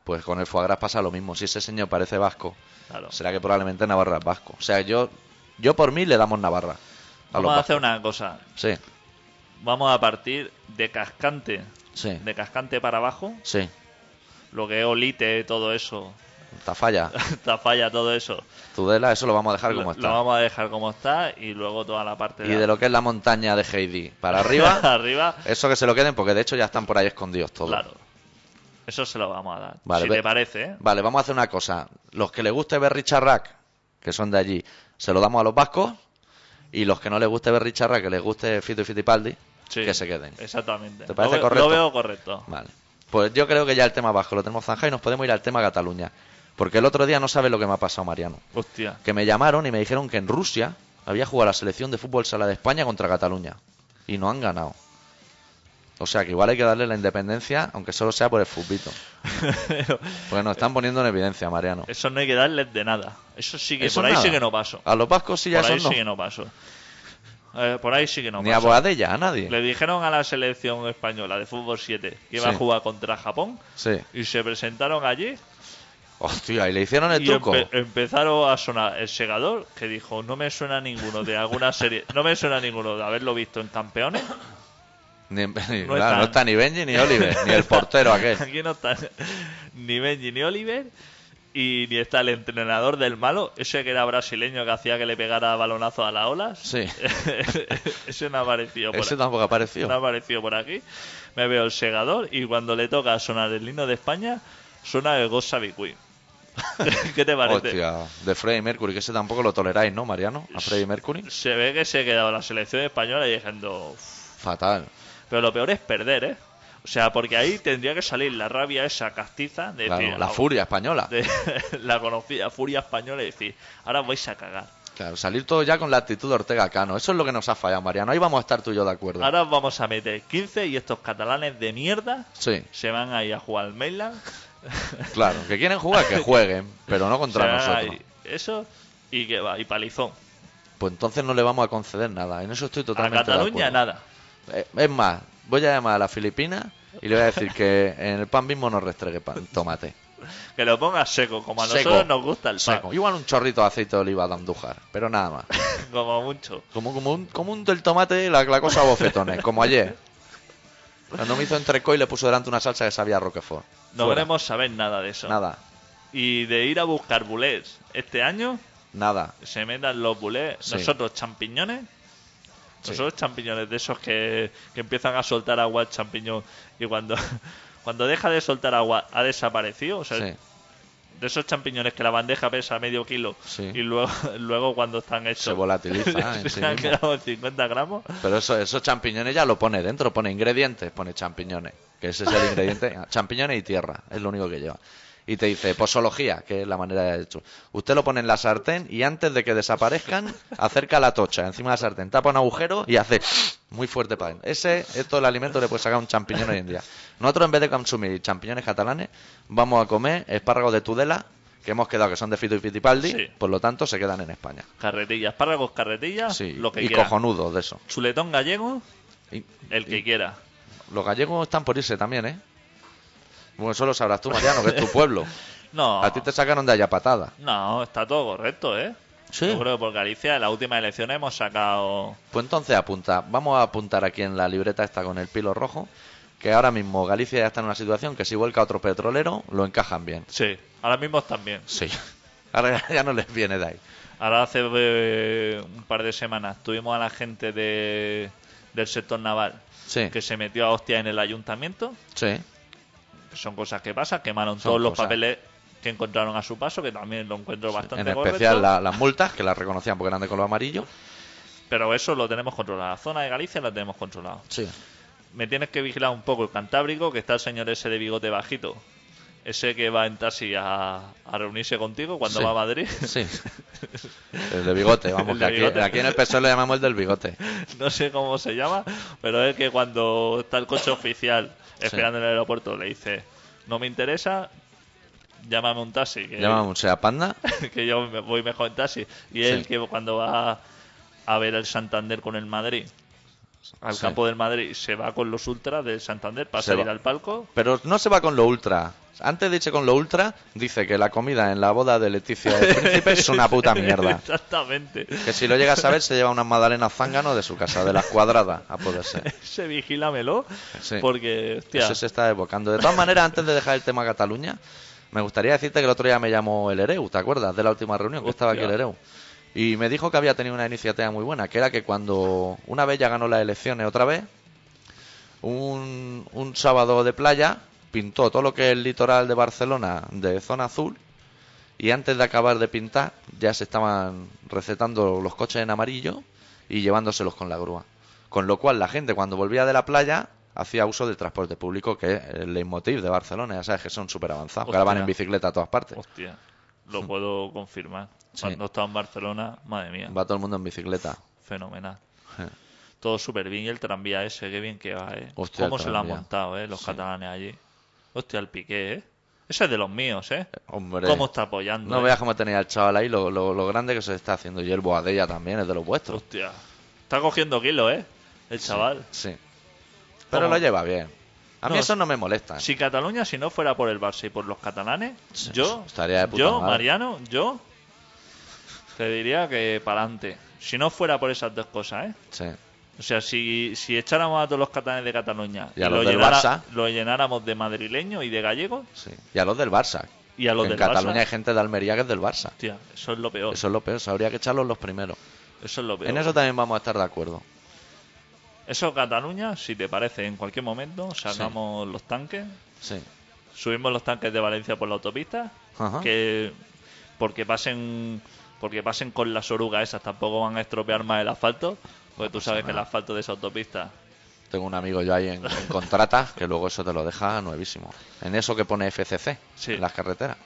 Speaker 1: Pues con el foie gras pasa lo mismo. Si ese señor parece vasco,
Speaker 2: Claro.
Speaker 1: será que probablemente Navarra es vasco. O sea, yo, yo por mí le damos Navarra. A los
Speaker 2: Vamos a hacer
Speaker 1: vascos.
Speaker 2: una cosa.
Speaker 1: Sí,
Speaker 2: Vamos a partir de cascante,
Speaker 1: sí,
Speaker 2: de cascante para abajo,
Speaker 1: sí.
Speaker 2: lo que es olite, todo eso,
Speaker 1: Tafalla,
Speaker 2: tafalla, todo eso.
Speaker 1: Tudela, eso lo vamos a dejar
Speaker 2: Lo-
Speaker 1: como
Speaker 2: Lo
Speaker 1: está.
Speaker 2: vamos a dejar como está y luego toda la parte
Speaker 1: Y de lo que es la montaña de Heidi para arriba,
Speaker 2: arriba,
Speaker 1: eso que se lo queden, porque de hecho ya están por ahí escondidos todos.
Speaker 2: claro. Eso se lo vamos a dar.
Speaker 1: Vale,
Speaker 2: si
Speaker 1: ve-
Speaker 2: te parece, ¿eh?
Speaker 1: Vale, vamos a hacer una cosa. Los que les guste ver Richarrack, que son de allí, se lo damos a los vascos. Y los que no les guste ver Richarrack, que les guste Fito y Fitipaldi,
Speaker 2: Sí,
Speaker 1: que se queden.
Speaker 2: Exactamente.
Speaker 1: ¿Te parece
Speaker 2: lo, ve-
Speaker 1: correcto?
Speaker 2: Lo veo correcto.
Speaker 1: Vale. Pues yo creo que ya el tema vasco lo tenemos zanjado y nos podemos ir al tema Cataluña. Porque el otro día no sabe lo que me ha pasado, Mariano.
Speaker 2: Hostia.
Speaker 1: Que me llamaron y me dijeron que en Rusia había jugado la selección de fútbol sala de España contra Cataluña. Y no han ganado. O sea que igual hay que darle la independencia, aunque solo sea por el futbito. Porque nos están poniendo en evidencia, Mariano.
Speaker 2: Eso no hay que darles de nada. Eso sí que
Speaker 1: Eso
Speaker 2: por ahí
Speaker 1: nada.
Speaker 2: sí que no paso.
Speaker 1: A los vascos sí ya
Speaker 2: por ahí
Speaker 1: son no.
Speaker 2: sí que no paso. Eh, por ahí sí que no
Speaker 1: Ni a
Speaker 2: paso.
Speaker 1: Boadella, a nadie.
Speaker 2: Le dijeron a la selección española de fútbol 7 que iba
Speaker 1: Sí.
Speaker 2: a jugar contra Japón
Speaker 1: Sí.
Speaker 2: y se presentaron allí
Speaker 1: Hostia, y le hicieron el
Speaker 2: y
Speaker 1: truco.
Speaker 2: empe- empezaron a sonar el segador que dijo no me suena ninguno de alguna serie, no me suena ninguno de haberlo visto en campeones.
Speaker 1: Ni- ni- claro, no,
Speaker 2: está.
Speaker 1: está ni Benji ni Oliver, ni el portero aquel.
Speaker 2: Aquí no está ni Benji ni Oliver y ni está el entrenador del malo, ese que era brasileño que hacía que le pegara balonazo a las olas.
Speaker 1: Sí.
Speaker 2: ese no ha aparecido por
Speaker 1: Ese
Speaker 2: aquí.
Speaker 1: tampoco apareció.
Speaker 2: No ha aparecido por aquí. Me veo el segador y cuando le toca sonar el himno de España, suena el Gossa Queen. ¿Qué te parece?
Speaker 1: Hostia, de Freddie Mercury, que ese tampoco lo toleráis, ¿no, Mariano? A Freddie Mercury.
Speaker 2: Se ve que se ha quedado la selección española y diciendo. "Uf".
Speaker 1: Fatal.
Speaker 2: Pero lo peor es perder, ¿eh? O sea, porque ahí tendría que salir la rabia esa castiza de
Speaker 1: Claro,
Speaker 2: decir,
Speaker 1: la
Speaker 2: "Ah,
Speaker 1: furia española.
Speaker 2: de la conocida furia española y decir, ahora vais a cagar.
Speaker 1: Claro, salir todo ya con la actitud de Ortega Cano. Eso es lo que nos ha fallado, Mariano. Ahí vamos a estar tú y yo de acuerdo.
Speaker 2: Ahora os vamos a meter 15 y estos catalanes de mierda
Speaker 1: Sí,
Speaker 2: se van a ir a jugar al mainland.
Speaker 1: claro. Que quieren jugar, que jueguen, pero no contra
Speaker 2: Se van a
Speaker 1: nosotros.
Speaker 2: ir eso y que va, y palizón.
Speaker 1: Pues entonces no le vamos a conceder nada. En eso estoy totalmente
Speaker 2: a Cataluña
Speaker 1: de acuerdo.
Speaker 2: nada.
Speaker 1: Eh, Es más, voy a llamar a la Filipina y le voy a decir que en el pan mismo no restregue pan, tomate.
Speaker 2: Que lo ponga seco, como a
Speaker 1: Seco.
Speaker 2: nosotros nos gusta el pan,
Speaker 1: Seco. Igual un chorrito de aceite de oliva de andújar, pero nada más.
Speaker 2: como mucho.
Speaker 1: Como, como, un, como un del tomate, la, la cosa a bofetones, como ayer. Cuando me hizo entreco y le puso delante una salsa que sabía a Roquefort.
Speaker 2: No
Speaker 1: Fuera.
Speaker 2: queremos saber nada de eso.
Speaker 1: Nada,
Speaker 2: Y de ir a buscar bulés este año,
Speaker 1: nada.
Speaker 2: se metan los bulés.
Speaker 1: Sí.
Speaker 2: Nosotros champiñones.
Speaker 1: Sí.
Speaker 2: Nosotros champiñones de esos que, que empiezan a soltar agua el champiñón y cuando, cuando deja de soltar agua ha desaparecido. O sea,
Speaker 1: Sí,
Speaker 2: de esos champiñones que la bandeja pesa medio kilo
Speaker 1: Sí.
Speaker 2: y luego, luego cuando están hechos
Speaker 1: Se volatiliza en
Speaker 2: se
Speaker 1: sí
Speaker 2: han
Speaker 1: mismo.
Speaker 2: quedado en 50 gramos.
Speaker 1: Pero eso, esos champiñones ya lo pone dentro, pone ingredientes, pone champiñones, que ese es el ingrediente, champiñones y tierra, es lo único que lleva. Y te dice posología, que es la manera de hecho. Usted lo pone en la sartén y antes de que desaparezcan, acerca la tocha encima de la sartén, tapa un agujero y hace muy fuerte para adentro. Ese es todo el alimento que le puede sacar un champiñón hoy en día. Nosotros en vez de consumir champiñones catalanes, vamos a comer espárragos de Tudela, que hemos quedado que son de Fito y Fitipaldi,
Speaker 2: Sí.
Speaker 1: por lo tanto se quedan en España.
Speaker 2: Carretillas, espárragos, carretillas,
Speaker 1: Sí,
Speaker 2: Ah, lo que
Speaker 1: y
Speaker 2: quiera.
Speaker 1: cojonudos de eso.
Speaker 2: Chuletón gallego,
Speaker 1: Y-
Speaker 2: el que quiera.
Speaker 1: Los gallegos están por irse también, ¿eh? Bueno, eso lo sabrás tú, Mariano, que es tu pueblo.
Speaker 2: No,
Speaker 1: A ti te sacaron de allá patada.
Speaker 2: no, está todo correcto, ¿eh?
Speaker 1: Sí.
Speaker 2: Yo creo que por Galicia en las últimas elecciones hemos sacado...
Speaker 1: Pues entonces apunta. Vamos a apuntar aquí en la libreta esta con el pilo rojo. Que ahora mismo Galicia ya está en una situación que si vuelca otro petrolero, lo encajan bien.
Speaker 2: Sí, ahora mismo están bien.
Speaker 1: Sí. Ahora ya no les viene de ahí.
Speaker 2: Ahora hace eh, un par de semanas tuvimos a la gente de, del sector naval
Speaker 1: Sí.
Speaker 2: que se metió a hostias en el ayuntamiento.
Speaker 1: Sí.
Speaker 2: son cosas que pasan, quemaron
Speaker 1: Son
Speaker 2: todos los
Speaker 1: cosas.
Speaker 2: papeles que encontraron a su paso, que también lo encuentro
Speaker 1: En
Speaker 2: bastante correcto.
Speaker 1: especial la- las multas, que las reconocían porque eran de color amarillo.
Speaker 2: Pero eso lo tenemos controlado. La zona de Galicia la tenemos controlada.
Speaker 1: Sí.
Speaker 2: Me tienes que vigilar un poco el Cantábrico, que está el señor ese de bigote bajito. Ese que va en taxi a, a reunirse contigo cuando
Speaker 1: Sí.
Speaker 2: va a Madrid.
Speaker 1: Sí. El de bigote, vamos,
Speaker 2: El
Speaker 1: que
Speaker 2: de
Speaker 1: aquí,
Speaker 2: bigote.
Speaker 1: aquí en el PSOE le llamamos el del bigote.
Speaker 2: no sé cómo se llama, pero es que cuando está el coche oficial esperando en el aeropuerto le dice, no me interesa, llámame un taxi, que,
Speaker 1: Llamamos, o sea, panda.
Speaker 2: que yo me voy mejor en taxi. Y él
Speaker 1: Sí.
Speaker 2: que cuando va a ver el Santander con el Madrid, al
Speaker 1: Sí.
Speaker 2: campo del Madrid, se va con los ultras del Santander para
Speaker 1: Se
Speaker 2: salir
Speaker 1: va.
Speaker 2: al palco.
Speaker 1: Pero no se va con lo ultra. Antes de irse con lo ultra, dice que la comida en la boda de Leticia del Príncipe es una puta mierda.
Speaker 2: Exactamente.
Speaker 1: Que si lo llega a saber, se lleva unas magdalenas zángano de su casa, de las cuadradas, a poder ser.
Speaker 2: Ese vigílamelo,
Speaker 1: Sí.
Speaker 2: porque, hostia,
Speaker 1: Eso se está evocando. De todas maneras, antes de dejar el tema Cataluña, me gustaría decirte que el otro día me llamó el Ereu, ¿te acuerdas? De la última reunión que estaba aquí el
Speaker 2: Hostia.
Speaker 1: Ereu. Y me dijo que había tenido una iniciativa muy buena, que era que cuando una vez ya ganó las elecciones otra vez, un, un sábado de playa pintó todo lo que es el litoral de Barcelona de zona azul y antes de acabar de pintar ya se estaban recetando los coches en amarillo y llevándoselos con la grúa. Con lo cual la gente cuando volvía de la playa hacía uso del transporte público, que es el leitmotiv de Barcelona, ya sabes que son súper avanzados, que ahora van en
Speaker 2: Hostia.
Speaker 1: bicicleta a todas partes.
Speaker 2: hostia, lo puedo confirmar.
Speaker 1: este. Sí.
Speaker 2: Cuando estaba en Barcelona, madre mía.
Speaker 1: Va todo el mundo en bicicleta.
Speaker 2: Fenomenal.
Speaker 1: Je.
Speaker 2: Todo súper bien. Y el tranvía ese, qué bien que va, ¿eh?
Speaker 1: Hostia, el
Speaker 2: ¿Cómo se lo han
Speaker 1: tranvía.
Speaker 2: montado, eh? Los
Speaker 1: Sí.
Speaker 2: catalanes allí. Hostia, el piqué, ¿eh? Ese es de los míos, ¿eh?
Speaker 1: Hombre,
Speaker 2: ¿Cómo está apoyando?
Speaker 1: no
Speaker 2: eh?
Speaker 1: veas cómo tenía el chaval ahí, lo, lo- lo grande que se está haciendo. Y el Boadella también es de los vuestros.
Speaker 2: Hostia. Está cogiendo kilos, ¿eh? El chaval.
Speaker 1: Sí. Pero
Speaker 2: ¿Cómo?
Speaker 1: lo lleva bien. A mí
Speaker 2: No,
Speaker 1: eso no me molesta.
Speaker 2: Si Cataluña, si no fuera por el Barça y por los catalanes,
Speaker 1: Sí,
Speaker 2: yo,
Speaker 1: estaría de puta
Speaker 2: yo,
Speaker 1: madre.
Speaker 2: Mariano, yo, te diría que para adelante. Si no fuera por esas dos cosas, ¿eh?
Speaker 1: Sí.
Speaker 2: O sea, si, si echáramos a todos los catalanes de Cataluña
Speaker 1: Y a los del Barça.
Speaker 2: lo llenáramos de madrileños y de gallegos,
Speaker 1: Sí. Y a los del Barça.
Speaker 2: Y a los
Speaker 1: Que en
Speaker 2: del
Speaker 1: Cataluña
Speaker 2: Barça.
Speaker 1: hay gente de Almería que es del Barça.
Speaker 2: Hostia, eso es lo peor. Eso,
Speaker 1: Eso es lo peor. Habría que echarlos los primeros.
Speaker 2: es lo peor.
Speaker 1: En eso también vamos a estar de acuerdo.
Speaker 2: Eso, Cataluña, si te parece, en cualquier momento sacamos los tanques,
Speaker 1: Sí.
Speaker 2: subimos los tanques de Valencia por la autopista,
Speaker 1: Ajá.
Speaker 2: que porque pasen porque pasen con las orugas esas, tampoco van a estropear más el asfalto, porque tú sabes que el asfalto de esa autopista
Speaker 1: Tengo un amigo yo ahí en, en contrata que luego eso te lo deja nuevísimo. En eso que pone FCC
Speaker 2: Sí.
Speaker 1: en las carreteras.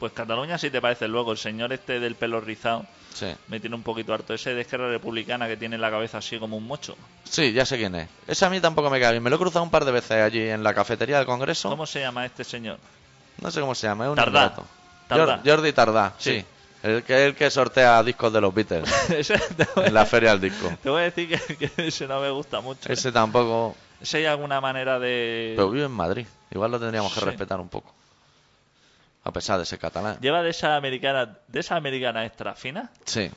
Speaker 2: pues Cataluña, si te parece, luego el señor este del pelo rizado
Speaker 1: Sí.
Speaker 2: me tiene un poquito harto. Ese de Esquerra Republicana que tiene la cabeza así como un mocho.
Speaker 1: Sí, ya sé quién es. Ese a mí tampoco me cae bien. Me lo he cruzado un par de veces allí en la cafetería del Congreso.
Speaker 2: ¿Cómo se llama este señor?
Speaker 1: No sé cómo se llama, es un
Speaker 2: Tardá.
Speaker 1: ingrato.
Speaker 2: Tardá.
Speaker 1: Jor- Jordi Tardá, sí.
Speaker 2: Sí.
Speaker 1: El que el que sortea discos de los Beatles
Speaker 2: Ese- te voy a-
Speaker 1: en la feria del disco.
Speaker 2: Te voy a decir que, que ese no me gusta mucho. ¿eh?
Speaker 1: Ese tampoco,
Speaker 2: Si hay alguna manera de...
Speaker 1: pero vive en Madrid. Igual lo tendríamos que
Speaker 2: Sí.
Speaker 1: respetar un poco. A pesar de ser catalán.
Speaker 2: Lleva de esa americana, de esa americana extra fina,
Speaker 1: Sí.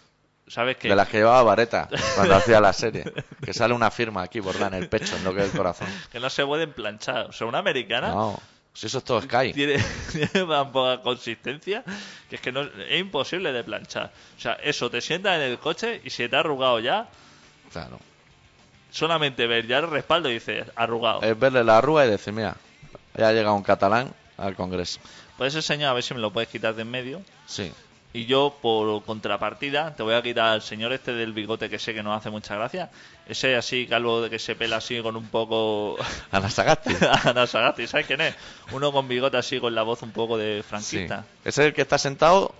Speaker 2: ¿sabes qué?
Speaker 1: De las que llevaba Vareta cuando hacía la serie. Que sale una firma aquí bordada en el pecho, en lo que es el corazón.
Speaker 2: Que no se pueden planchar. O sea, una americana
Speaker 1: No, si eso es todo Sky.
Speaker 2: tiene, tiene tan poca consistencia que es que no, es imposible de planchar. O sea, eso, te sientas en el coche y se te ha arrugado ya,
Speaker 1: Claro.
Speaker 2: solamente ver ya el respaldo y dices, arrugado.
Speaker 1: Es verle la arruga y decir, mira, ya ha llegado un catalán al Congreso.
Speaker 2: Pues ese señor, a ver si me lo puedes quitar de en medio.
Speaker 1: Sí.
Speaker 2: Y yo, por contrapartida, te voy a quitar al señor este del bigote que sé que no hace mucha gracia. Ese así calvo de que se pela así con un poco...
Speaker 1: Ana Sagasti.
Speaker 2: Ana Sagasti, ¿sabes quién es? Uno con bigote así, con la voz un poco de
Speaker 1: Sí.
Speaker 2: franquista.
Speaker 1: Es el que está sentado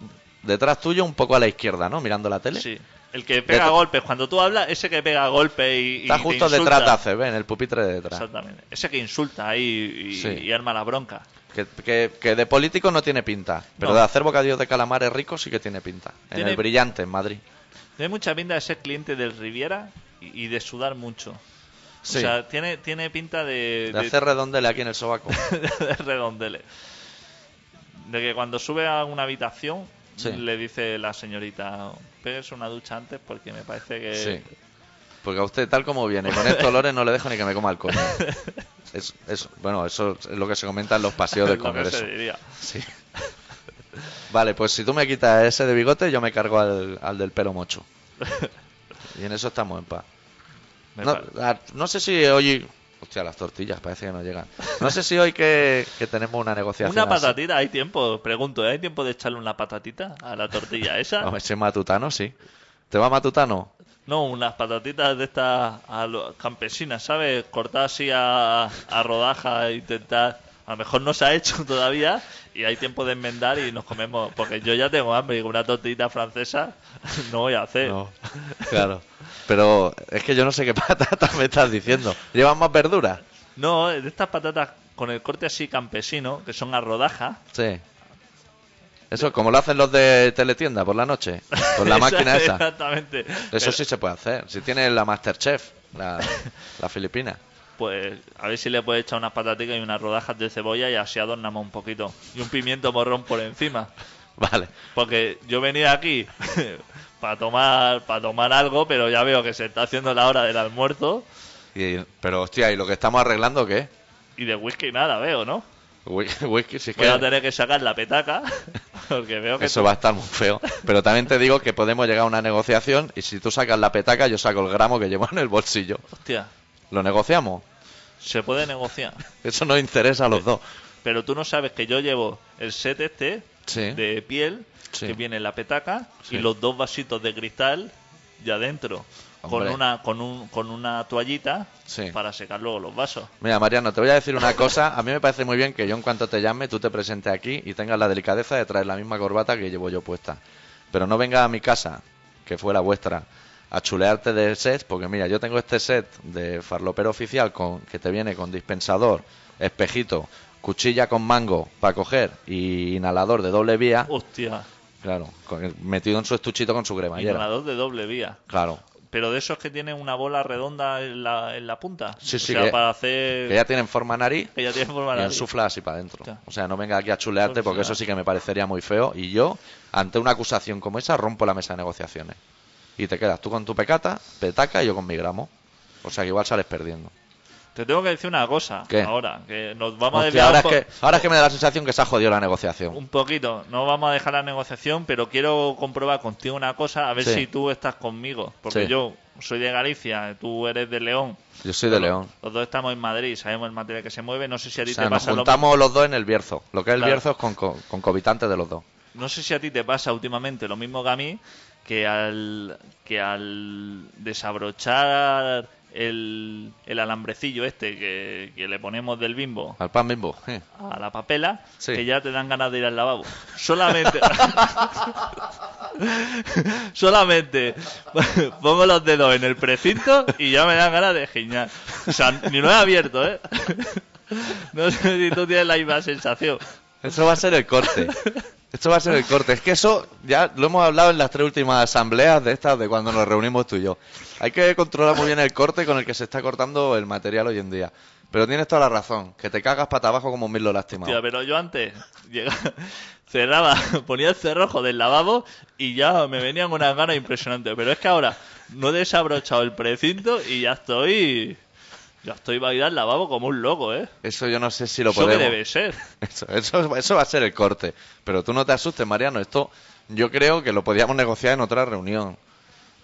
Speaker 1: detrás tuyo, un poco a la izquierda, ¿no? Mirando la tele.
Speaker 2: Sí. El que pega
Speaker 1: Detrás-
Speaker 2: golpes. Cuando tú hablas, ese que pega golpes y, y
Speaker 1: Está
Speaker 2: te
Speaker 1: justo
Speaker 2: insulta.
Speaker 1: detrás de ACB, en el pupitre de detrás.
Speaker 2: Exactamente. Ese que insulta ahí y,
Speaker 1: Sí.
Speaker 2: y arma la bronca.
Speaker 1: Que, que- que de político no tiene pinta, pero
Speaker 2: No.
Speaker 1: de hacer bocadillos de calamares ricos sí que tiene pinta. En
Speaker 2: Tiene-
Speaker 1: el brillante, en Madrid.
Speaker 2: Tiene mucha pinta de ser cliente del Riviera y, y de sudar mucho.
Speaker 1: Sí.
Speaker 2: O sea, tiene, tiene pinta
Speaker 1: de
Speaker 2: de, de-
Speaker 1: hacer redondele aquí en el sobaco.
Speaker 2: de redondeles. De que cuando sube a una habitación
Speaker 1: Sí.
Speaker 2: le dice la señorita, pegues una ducha antes porque me parece que...
Speaker 1: Sí. Porque a usted, tal como viene, con estos olores no le dejo ni que me coma el coño. Es, es- bueno, eso es lo que se comenta en los paseos del
Speaker 2: es lo que
Speaker 1: Congreso.
Speaker 2: se diría.
Speaker 1: Sí. Vale, pues si tú me quitas ese de bigote, yo me cargo al, al del pelo mocho. Y en eso estamos en paz.
Speaker 2: Me
Speaker 1: No,
Speaker 2: pare-
Speaker 1: a- no sé si hoy Hostia, las tortillas parece que no llegan. No sé si hoy que, que tenemos una negociación.
Speaker 2: Una
Speaker 1: así.
Speaker 2: patatita, hay tiempo, pregunto, ¿eh? ¿hay tiempo de echarle una patatita a la tortilla esa?
Speaker 1: Hombre, ese matutano, sí. ¿Te va matutano?
Speaker 2: No, unas patatitas de estas a lo- campesinas, ¿sabes? Cortar así a, a rodaja e intentar... A lo mejor no se ha hecho todavía y hay tiempo de enmendar y nos comemos... Porque yo ya tengo hambre y con una tortillita francesa no voy a hacer.
Speaker 1: No. Claro. Pero es que yo no sé qué patatas me estás diciendo. ¿Llevan más verduras?
Speaker 2: No, de estas patatas con el corte así campesino, que son a rodaja...
Speaker 1: Sí. Eso es como lo hacen los de teletienda por la noche, con la máquina esa.
Speaker 2: Exactamente.
Speaker 1: Eso sí se puede hacer. Si tienes la Masterchef, la, la filipina.
Speaker 2: Pues a ver si le puedes echar unas pataticas y unas rodajas de cebolla y así adornamos un poquito. Y un pimiento morrón por encima.
Speaker 1: Vale.
Speaker 2: Porque yo venía aquí para tomar, para tomar algo, pero ya veo que se está haciendo la hora del almuerzo
Speaker 1: Y- pero hostia, ¿y lo que estamos arreglando qué?
Speaker 2: y de whisky nada veo, ¿no?
Speaker 1: Whi- Whisky, si es
Speaker 2: Voy a
Speaker 1: que
Speaker 2: tener que sacar la petaca porque veo que...
Speaker 1: Pues eso va a estar muy feo. Pero también te digo que podemos llegar a una negociación y si tú sacas la petaca, yo saco el gramo que llevo en el bolsillo.
Speaker 2: Hostia,
Speaker 1: Lo negociamos.
Speaker 2: se puede negociar.
Speaker 1: Eso nos interesa a los dos.
Speaker 2: Pero tú no sabes que yo llevo el set este
Speaker 1: Sí.
Speaker 2: de piel,
Speaker 1: ¿Eh? Sí.
Speaker 2: que viene la petaca
Speaker 1: Sí.
Speaker 2: y los dos vasitos de cristal ya adentro. Con
Speaker 1: Hombre.
Speaker 2: una, con, un, con una toallita
Speaker 1: Sí.
Speaker 2: para secar luego los vasos.
Speaker 1: Mira, Mariano, te voy a decir una cosa. A mí me parece muy bien que yo, en cuanto te llame, tú te presentes aquí y tengas la delicadeza de traer la misma corbata que llevo yo puesta. Pero no vengas a mi casa, que fue la vuestra, a chulearte de sets, porque mira, yo tengo este set de farlopero oficial con, que te viene con dispensador, espejito, cuchilla con mango para coger y inhalador de doble vía.
Speaker 2: Hostia,
Speaker 1: Claro, con- metido en su estuchito con su cremallera.
Speaker 2: inhalador de doble vía.
Speaker 1: Claro.
Speaker 2: Pero de esos que tienen una bola redonda en la, en la punta.
Speaker 1: Sí,
Speaker 2: o
Speaker 1: sí,
Speaker 2: sea,
Speaker 1: que-
Speaker 2: para hacer.
Speaker 1: Que ya tienen forma nariz
Speaker 2: que ya tiene forma
Speaker 1: y
Speaker 2: de-
Speaker 1: ensufla así para adentro.
Speaker 2: Hostia.
Speaker 1: O sea, no venga aquí a chulearte porque eso sí que me parecería muy feo. Y yo, ante una acusación como esa, rompo la mesa de negociaciones. Y te quedas tú con tu pecata, petaca y yo con mi gramo. O sea, que igual sales perdiendo.
Speaker 2: Te tengo que decir una cosa.
Speaker 1: ¿Qué?
Speaker 2: Ahora, que nos vamos a
Speaker 1: Hostia,
Speaker 2: desviar
Speaker 1: ahora, es
Speaker 2: un, po-
Speaker 1: que, ahora es que me da la sensación que se ha jodido la negociación.
Speaker 2: un poquito. No vamos a dejar la negociación, pero quiero comprobar contigo una cosa, a ver
Speaker 1: Sí.
Speaker 2: si tú estás conmigo. Porque
Speaker 1: Sí.
Speaker 2: yo soy de Galicia, tú eres de León.
Speaker 1: Yo soy de León.
Speaker 2: Los dos estamos en Madrid, sabemos el material que se mueve. No sé si a
Speaker 1: O
Speaker 2: ti
Speaker 1: sea,
Speaker 2: te
Speaker 1: nos
Speaker 2: pasa lo-
Speaker 1: juntamos los dos en el Bierzo. Lo que es el
Speaker 2: Claro.
Speaker 1: Bierzo es con, co- con cobitantes de los dos.
Speaker 2: No sé si a ti te pasa últimamente lo mismo que a mí, que al, que al desabrochar el, el alambrecillo este que, que le ponemos del bimbo
Speaker 1: Al pan bimbo. eh.
Speaker 2: a la papela,
Speaker 1: Sí.
Speaker 2: que ya te dan ganas de ir al lavabo. Solamente... Solamente pongo los dedos en el precinto y ya me dan ganas de giñar. O sea, ni lo he abierto, ¿eh? No sé si tú tienes la misma sensación.
Speaker 1: Eso va a ser el corte. Esto va a ser el corte. Es que eso ya lo hemos hablado en las tres últimas asambleas de estas, de cuando nos reunimos tú y yo. Hay que controlar muy bien el corte con el que se está cortando el material hoy en día. Pero tienes toda la razón, que te cagas para abajo como un mirlo lastimado.
Speaker 2: Hostia, pero yo antes llegaba, cerraba, ponía el cerrojo del lavabo y ya me venían unas ganas impresionantes. Pero es que ahora no he desabrochado el precinto y ya estoy. Ya estoy bailando al lavabo como un loco, ¿eh?
Speaker 1: Eso yo no sé si lo
Speaker 2: Eso que
Speaker 1: podemos.
Speaker 2: debe ser.
Speaker 1: Eso, eso, eso va a ser el corte. Pero tú no te asustes, Mariano. Esto yo creo que lo podíamos negociar en otra reunión.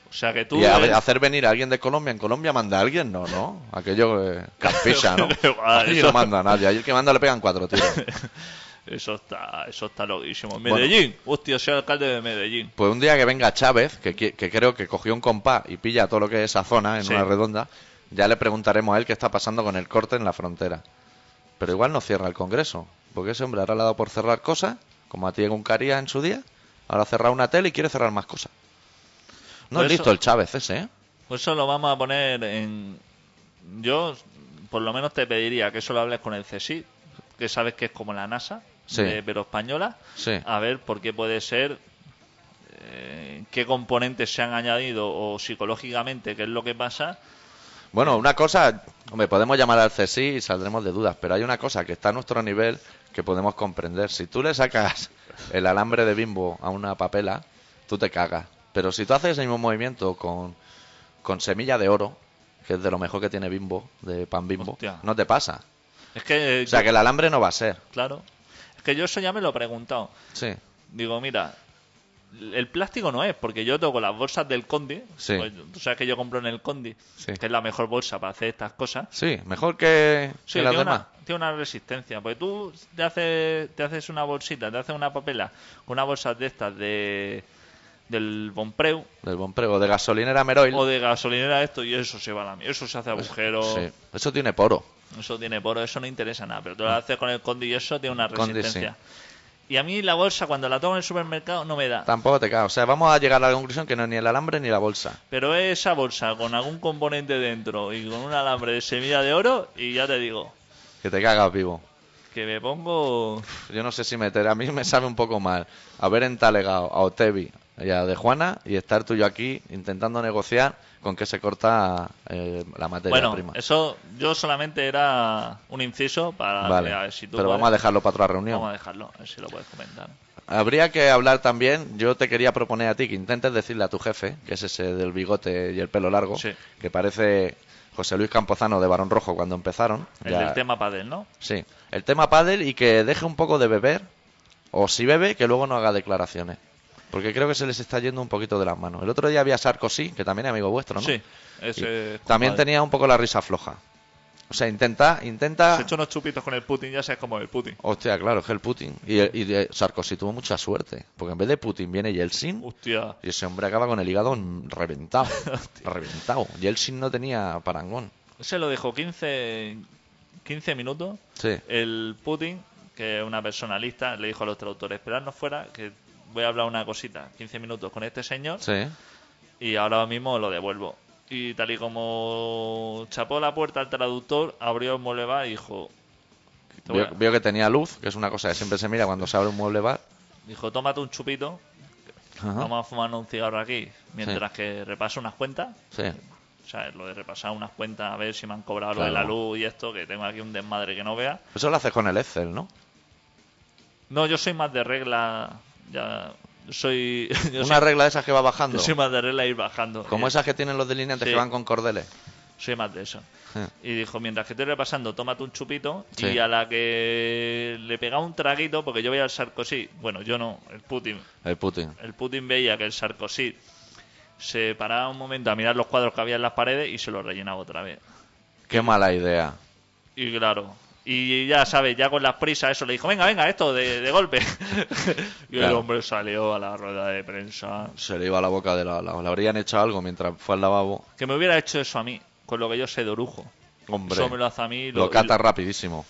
Speaker 2: O sea que tú. eh,
Speaker 1: Y a-
Speaker 2: eres-
Speaker 1: hacer venir a alguien de Colombia. En Colombia manda a alguien, no, ¿no? Aquello eh, campilla, ¿no?
Speaker 2: Ah,
Speaker 1: Allí
Speaker 2: eso-
Speaker 1: no manda a nadie. Allí el que manda le pegan cuatro tiros.
Speaker 2: Eso está, eso está loquísimo.
Speaker 1: Bueno.
Speaker 2: Medellín. Hostia, soy alcalde de Medellín.
Speaker 1: Pues un día que venga Chávez, que, qui- que creo que cogió un compás y pilla todo lo que es esa zona en
Speaker 2: Sí.
Speaker 1: una redonda, ya le preguntaremos a él qué está pasando con el corte en la frontera. Pero igual no cierra el Congreso, porque ese hombre ahora le ha dado por cerrar cosas, como a Diego Uncaría en su día, ahora ha cerrado una tele y quiere cerrar más cosas. No
Speaker 2: Por
Speaker 1: es
Speaker 2: eso-
Speaker 1: listo el Chávez ese, ¿eh?
Speaker 2: Pues eso lo vamos a poner en. Yo, por lo menos, te pediría que eso lo hables con el CSI, que sabes que es como la NASA,
Speaker 1: Sí.
Speaker 2: de- pero española.
Speaker 1: Sí.
Speaker 2: A ver por qué puede ser, eh, qué componentes se han añadido o psicológicamente qué es lo que pasa.
Speaker 1: Bueno, una cosa, hombre, podemos llamar al CSI y saldremos de dudas, pero hay una cosa que está a nuestro nivel que podemos comprender. Si tú le sacas el alambre de bimbo a una papela, tú te cagas. Pero si tú haces ese mismo movimiento con, con semilla de oro, que es de lo mejor que tiene bimbo, de pan bimbo,
Speaker 2: Hostia.
Speaker 1: no te pasa.
Speaker 2: Es que, eh,
Speaker 1: O sea,
Speaker 2: yo-
Speaker 1: que el alambre no va a ser.
Speaker 2: claro, es que yo eso ya me lo he preguntado.
Speaker 1: Sí,
Speaker 2: Digo, mira, El plástico no es, porque yo tengo las bolsas del Condi.
Speaker 1: Sí.
Speaker 2: pues, tú sabes que yo compro en el Condi,
Speaker 1: Sí.
Speaker 2: que es la mejor bolsa para hacer estas cosas.
Speaker 1: Sí, mejor que, que
Speaker 2: Sí,
Speaker 1: las
Speaker 2: tiene,
Speaker 1: demás.
Speaker 2: una, tiene una resistencia. Porque tú te haces, te haces una bolsita, te haces una papela con una bolsa de estas de, del Bonpreu
Speaker 1: Del Bonprego, de gasolinera Meroil.
Speaker 2: o de gasolinera, esto y eso se va a la mierda. Eso se hace agujeros,
Speaker 1: Sí, eso tiene poro.
Speaker 2: eso tiene poro, eso no interesa nada. Pero tú lo haces con el condi y eso tiene una
Speaker 1: Mm. Condi, sí.
Speaker 2: resistencia. Y a mí la bolsa, cuando la tomo en el supermercado, no me da.
Speaker 1: Tampoco te cae. O sea, vamos a llegar a la conclusión que no es ni el alambre ni la bolsa.
Speaker 2: Pero es esa bolsa con algún componente dentro y con un alambre de semilla de oro, y ya te digo,
Speaker 1: Que te cagas vivo.
Speaker 2: que me pongo.
Speaker 1: Yo no sé si meter. A mí me sabe un poco mal haber entalegado a Otevi y a De Juana y estar tú y yo aquí intentando negociar con qué se corta eh, la materia
Speaker 2: bueno,
Speaker 1: prima.
Speaker 2: eso yo solamente era un inciso para
Speaker 1: Vale,
Speaker 2: a ver si tú
Speaker 1: pero
Speaker 2: puedes-
Speaker 1: vamos a dejarlo para otra reunión.
Speaker 2: vamos a dejarlo, a ver si lo puedes comentar.
Speaker 1: Habría que hablar también, yo te quería proponer a ti que intentes decirle a tu jefe, que es ese del bigote y el pelo largo,
Speaker 2: Sí.
Speaker 1: que parece José Luis Campozano de Barón Rojo cuando empezaron.
Speaker 2: El
Speaker 1: ya-
Speaker 2: del tema padel, ¿no?
Speaker 1: Sí, el tema pádel y que deje un poco de beber, o si bebe, que luego no haga declaraciones. Porque creo que se les está yendo un poquito de las manos. El otro día había Sarkozy, que también es amigo vuestro, ¿no?
Speaker 2: Sí,
Speaker 1: Sí.
Speaker 2: ese es
Speaker 1: También
Speaker 2: compadre.
Speaker 1: tenía un poco la risa floja. O sea, intenta, intenta...
Speaker 2: Se echó unos chupitos con el Putin, ya sabes cómo es el Putin.
Speaker 1: Hostia, claro, es que el Putin. Y, y, eh, Sarkozy tuvo mucha suerte. Porque en vez de Putin viene Yeltsin.
Speaker 2: Hostia.
Speaker 1: Y ese hombre acaba con el hígado mm, reventado. reventado. Yeltsin no tenía parangón.
Speaker 2: Ese lo dejó 15, 15 minutos.
Speaker 1: Sí.
Speaker 2: El Putin, que es una personalista, le dijo a los traductores, esperadnos fuera, que voy a hablar una cosita, 15 minutos con este señor
Speaker 1: Sí.
Speaker 2: y ahora mismo lo devuelvo. Y tal y como chapó la puerta al traductor, abrió el mueble bar y dijo,
Speaker 1: Vio, vio que tenía luz, que es una cosa que siempre se mira cuando se abre un mueble bar.
Speaker 2: dijo tómate un chupito,
Speaker 1: Ajá.
Speaker 2: vamos a fumarnos un cigarro aquí, mientras que repaso unas cuentas.
Speaker 1: Sí.
Speaker 2: O sea, lo de repasar unas cuentas a ver si me han cobrado lo de la
Speaker 1: Claro.
Speaker 2: luz y esto, que tengo aquí un desmadre que no vea.
Speaker 1: Eso lo haces con el Excel, ¿no?
Speaker 2: No, yo soy más de regla. Ya. yo Soy. Yo
Speaker 1: una
Speaker 2: soy,
Speaker 1: regla de esas que va bajando.
Speaker 2: yo soy más de regla ir bajando.
Speaker 1: Como
Speaker 2: Eh,
Speaker 1: esas que tienen los delineantes
Speaker 2: Sí.
Speaker 1: que van con cordeles.
Speaker 2: Soy más de eso.
Speaker 1: Sí.
Speaker 2: Y dijo: mientras que estoy repasando, tómate un chupito. Y
Speaker 1: Sí.
Speaker 2: a la que le pegaba un traguito, porque yo veía al Sarkozy. Bueno, yo no, el Putin.
Speaker 1: El Putin.
Speaker 2: El Putin veía que el Sarkozy se paraba un momento a mirar los cuadros que había en las paredes y se los rellenaba otra vez.
Speaker 1: Qué mala idea.
Speaker 2: Y claro. Y ya sabes, ya con las prisas, eso le dijo: venga, venga, esto de, de golpe. y el
Speaker 1: Claro.
Speaker 2: hombre salió a la rueda de prensa.
Speaker 1: Se le iba a la boca de la, la- Le habrían hecho algo mientras fue al lavabo.
Speaker 2: Que me hubiera hecho eso a mí, con lo que yo sé de orujo.
Speaker 1: Hombre.
Speaker 2: Eso me lo hace a mí y lo,
Speaker 1: lo cata rapidísimo.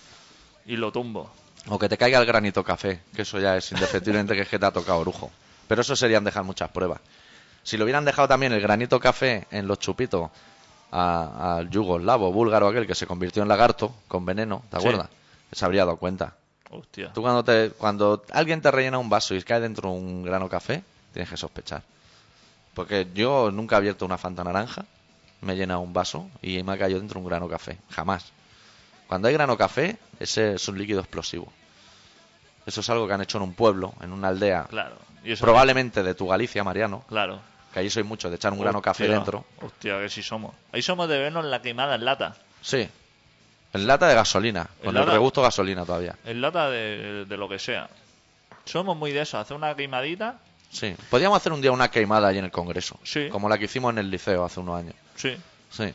Speaker 2: y lo tumbo.
Speaker 1: O que te caiga el granito café, que eso ya es indefectiblemente que es que te ha tocado orujo. Pero eso serían dejar muchas pruebas. Si lo hubieran dejado también el granito café en los chupitos a- al yugoslavo, búlgaro aquel que se convirtió en lagarto con veneno, ¿te
Speaker 2: Sí.
Speaker 1: acuerdas? Se habría dado cuenta.
Speaker 2: Hostia.
Speaker 1: Tú cuando, te, cuando alguien te rellena un vaso y cae dentro un grano café, tienes que sospechar. Porque yo nunca he abierto una fanta naranja, me he llenado un vaso y me ha caído dentro un grano café. Jamás. Cuando hay grano café, ese es un líquido explosivo. Eso es algo que han hecho en un pueblo, en una aldea,
Speaker 2: Claro. Y eso
Speaker 1: probablemente de tu Galicia, Mariano,
Speaker 2: Claro.
Speaker 1: que allí soy mucho de echar un grano café
Speaker 2: Hostia.
Speaker 1: dentro.
Speaker 2: Hostia, que sí somos. Ahí somos de vernos la quemada en lata.
Speaker 1: Sí. En lata de gasolina,
Speaker 2: ¿En
Speaker 1: con el
Speaker 2: lata?
Speaker 1: regusto gasolina todavía.
Speaker 2: En lata de, de lo que sea. Somos muy de eso. Hacer una quemadita.
Speaker 1: Sí. Podríamos hacer un día una queimada allí en el Congreso,
Speaker 2: Sí.
Speaker 1: como la que hicimos en el liceo hace unos años.
Speaker 2: Sí.
Speaker 1: Sí,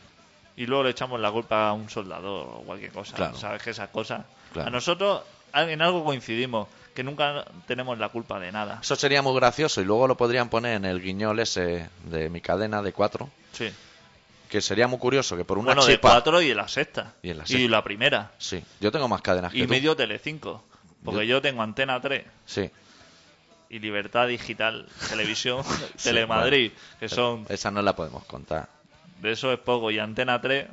Speaker 2: Y luego le echamos la culpa a un soldado o cualquier cosa.
Speaker 1: Claro.
Speaker 2: Sabes que esas cosas.
Speaker 1: Claro.
Speaker 2: A nosotros al- en algo coincidimos. Que nunca tenemos la culpa de nada.
Speaker 1: eso sería muy gracioso y luego lo podrían poner en el guiñol ese de mi cadena de cuatro,
Speaker 2: Sí.
Speaker 1: que sería muy curioso que por una
Speaker 2: bueno, de
Speaker 1: chispa...
Speaker 2: cuatro y en la sexta.
Speaker 1: Y en la sexta.
Speaker 2: la primera.
Speaker 1: Sí, yo tengo más cadenas que
Speaker 2: Y
Speaker 1: tú.
Speaker 2: medio Telecinco. Porque yo tengo Antena 3
Speaker 1: Sí,
Speaker 2: y Libertad Digital, Televisión, Telemadrid, que son...
Speaker 1: esa no la podemos contar.
Speaker 2: De eso es poco. Y Antena 3,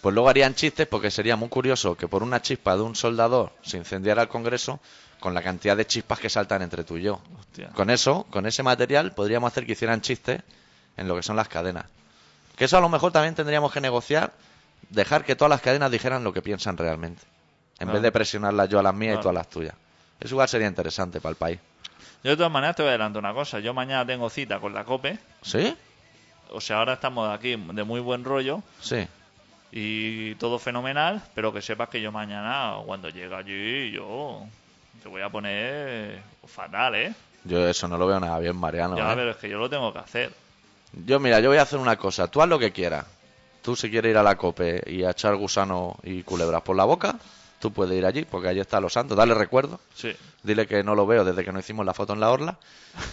Speaker 1: Pues luego harían chistes porque sería muy curioso que por una chispa de un soldador se incendiara el Congreso con la cantidad de chispas que saltan entre tú y yo.
Speaker 2: hostia.
Speaker 1: Con eso, con ese material, podríamos hacer que hicieran chistes en lo que son las cadenas. Que eso a lo mejor también tendríamos que negociar, dejar que todas las cadenas dijeran lo que piensan realmente. En
Speaker 2: Claro.
Speaker 1: vez de presionarlas yo a las mías
Speaker 2: Claro.
Speaker 1: y tú a las tuyas. Eso igual sería interesante para el país.
Speaker 2: Yo de todas maneras te voy adelante una cosa. Yo mañana tengo cita con la COPE.
Speaker 1: ¿Sí?
Speaker 2: O sea, ahora estamos aquí de muy buen rollo
Speaker 1: Sí.
Speaker 2: y todo fenomenal, pero que sepas que yo mañana, cuando llegue allí, yo te voy a poner fatal, ¿eh?
Speaker 1: Yo eso no lo veo nada bien, Mariano.
Speaker 2: ya,
Speaker 1: ¿eh?
Speaker 2: pero es que yo lo tengo que hacer.
Speaker 1: Yo, mira, yo voy a hacer una cosa. Tú haz lo que quieras. Tú, si quieres ir a la COPE y a echar gusano y culebras por la boca, tú puedes ir allí, porque allí está Los Santos. Dale recuerdo.
Speaker 2: Sí.
Speaker 1: Dile que no lo veo desde que no hicimos la foto en la orla.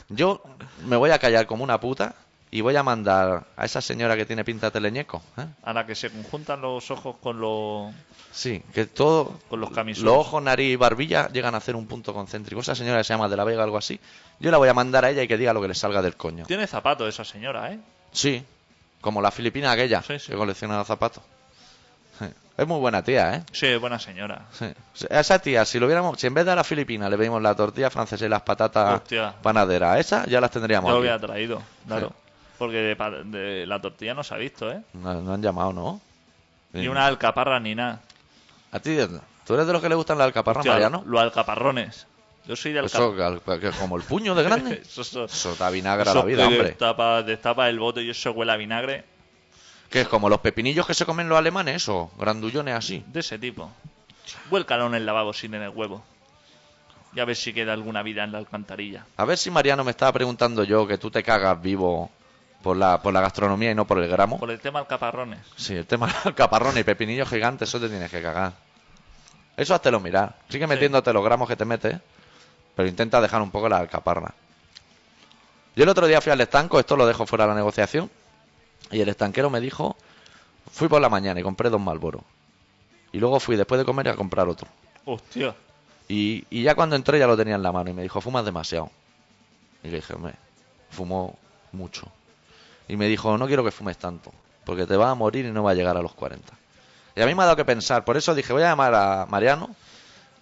Speaker 1: Yo me voy a callar como una puta y voy a mandar a esa señora que tiene pinta de teleñeco. ¿eh?
Speaker 2: A la que se conjuntan los ojos con los.
Speaker 1: Sí, que todo.
Speaker 2: Con los camisones.
Speaker 1: Los ojos, nariz y barbilla llegan a hacer un punto concéntrico. Esa señora que se llama De la Vega o algo así. Yo la voy a mandar a ella y que diga lo que le salga del coño.
Speaker 2: Tiene zapatos esa señora, ¿eh?
Speaker 1: Sí, como la filipina aquella
Speaker 2: Sí, sí.
Speaker 1: que colecciona zapatos. Sí. Es muy buena tía, ¿eh?
Speaker 2: Sí, buena señora.
Speaker 1: Sí. A esa tía, si lo hubiéramos, si en vez de a la filipina le pedimos la tortilla francesa y las patatas
Speaker 2: Hostia.
Speaker 1: panaderas, a esa ya las tendríamos.
Speaker 2: Yo lo
Speaker 1: Ah, aquí.
Speaker 2: hubiera traído, claro. Porque de, pa- de la tortilla no se ha visto, ¿eh?
Speaker 1: No, no han llamado, ¿no?
Speaker 2: Ni una alcaparra ni nada.
Speaker 1: A ti, tú eres de los que le gustan las alcaparras,
Speaker 2: Hostia,
Speaker 1: Ah, Mariano. Pues
Speaker 2: Los alcaparrones. Yo soy de
Speaker 1: Eso,
Speaker 2: alcaparrones.
Speaker 1: que al- que como el puño de grande.
Speaker 2: Eso, eso-
Speaker 1: Eso da vinagre a
Speaker 2: eso
Speaker 1: la vida,
Speaker 2: que
Speaker 1: hombre.
Speaker 2: Destapa, destapa el bote y eso huele a vinagre.
Speaker 1: Que es como los pepinillos que se comen los alemanes, eso, grandullones así.
Speaker 2: De ese tipo. Vuélcalo en el lavabo sin en el huevo. Y a ver si queda alguna vida en la alcantarilla.
Speaker 1: A ver si Mariano me estaba preguntando yo que tú te cagas vivo por la, por la gastronomía y no por el gramo.
Speaker 2: Por el tema alcaparrones.
Speaker 1: Sí, el tema de caparrones y pepinillos gigantes, eso te tienes que cagar. Eso hazte lo mirar. Sigue metiéndote los gramos que te metes, pero intenta dejar un poco la alcaparra. Yo el otro día fui al estanco, esto lo dejo fuera de la negociación, y el estanquero me dijo, fui por la mañana y compré dos malboros. Y luego fui después de comer a comprar otro.
Speaker 2: Hostia.
Speaker 1: Y, y ya cuando entré ya lo tenía en la mano y me dijo, fumas demasiado. Y le dije, hombre, fumo mucho. Y me dijo, no quiero que fumes tanto, porque te vas a morir y no va a llegar a los 40. Y a mí me ha dado que pensar, por eso dije, voy a llamar a Mariano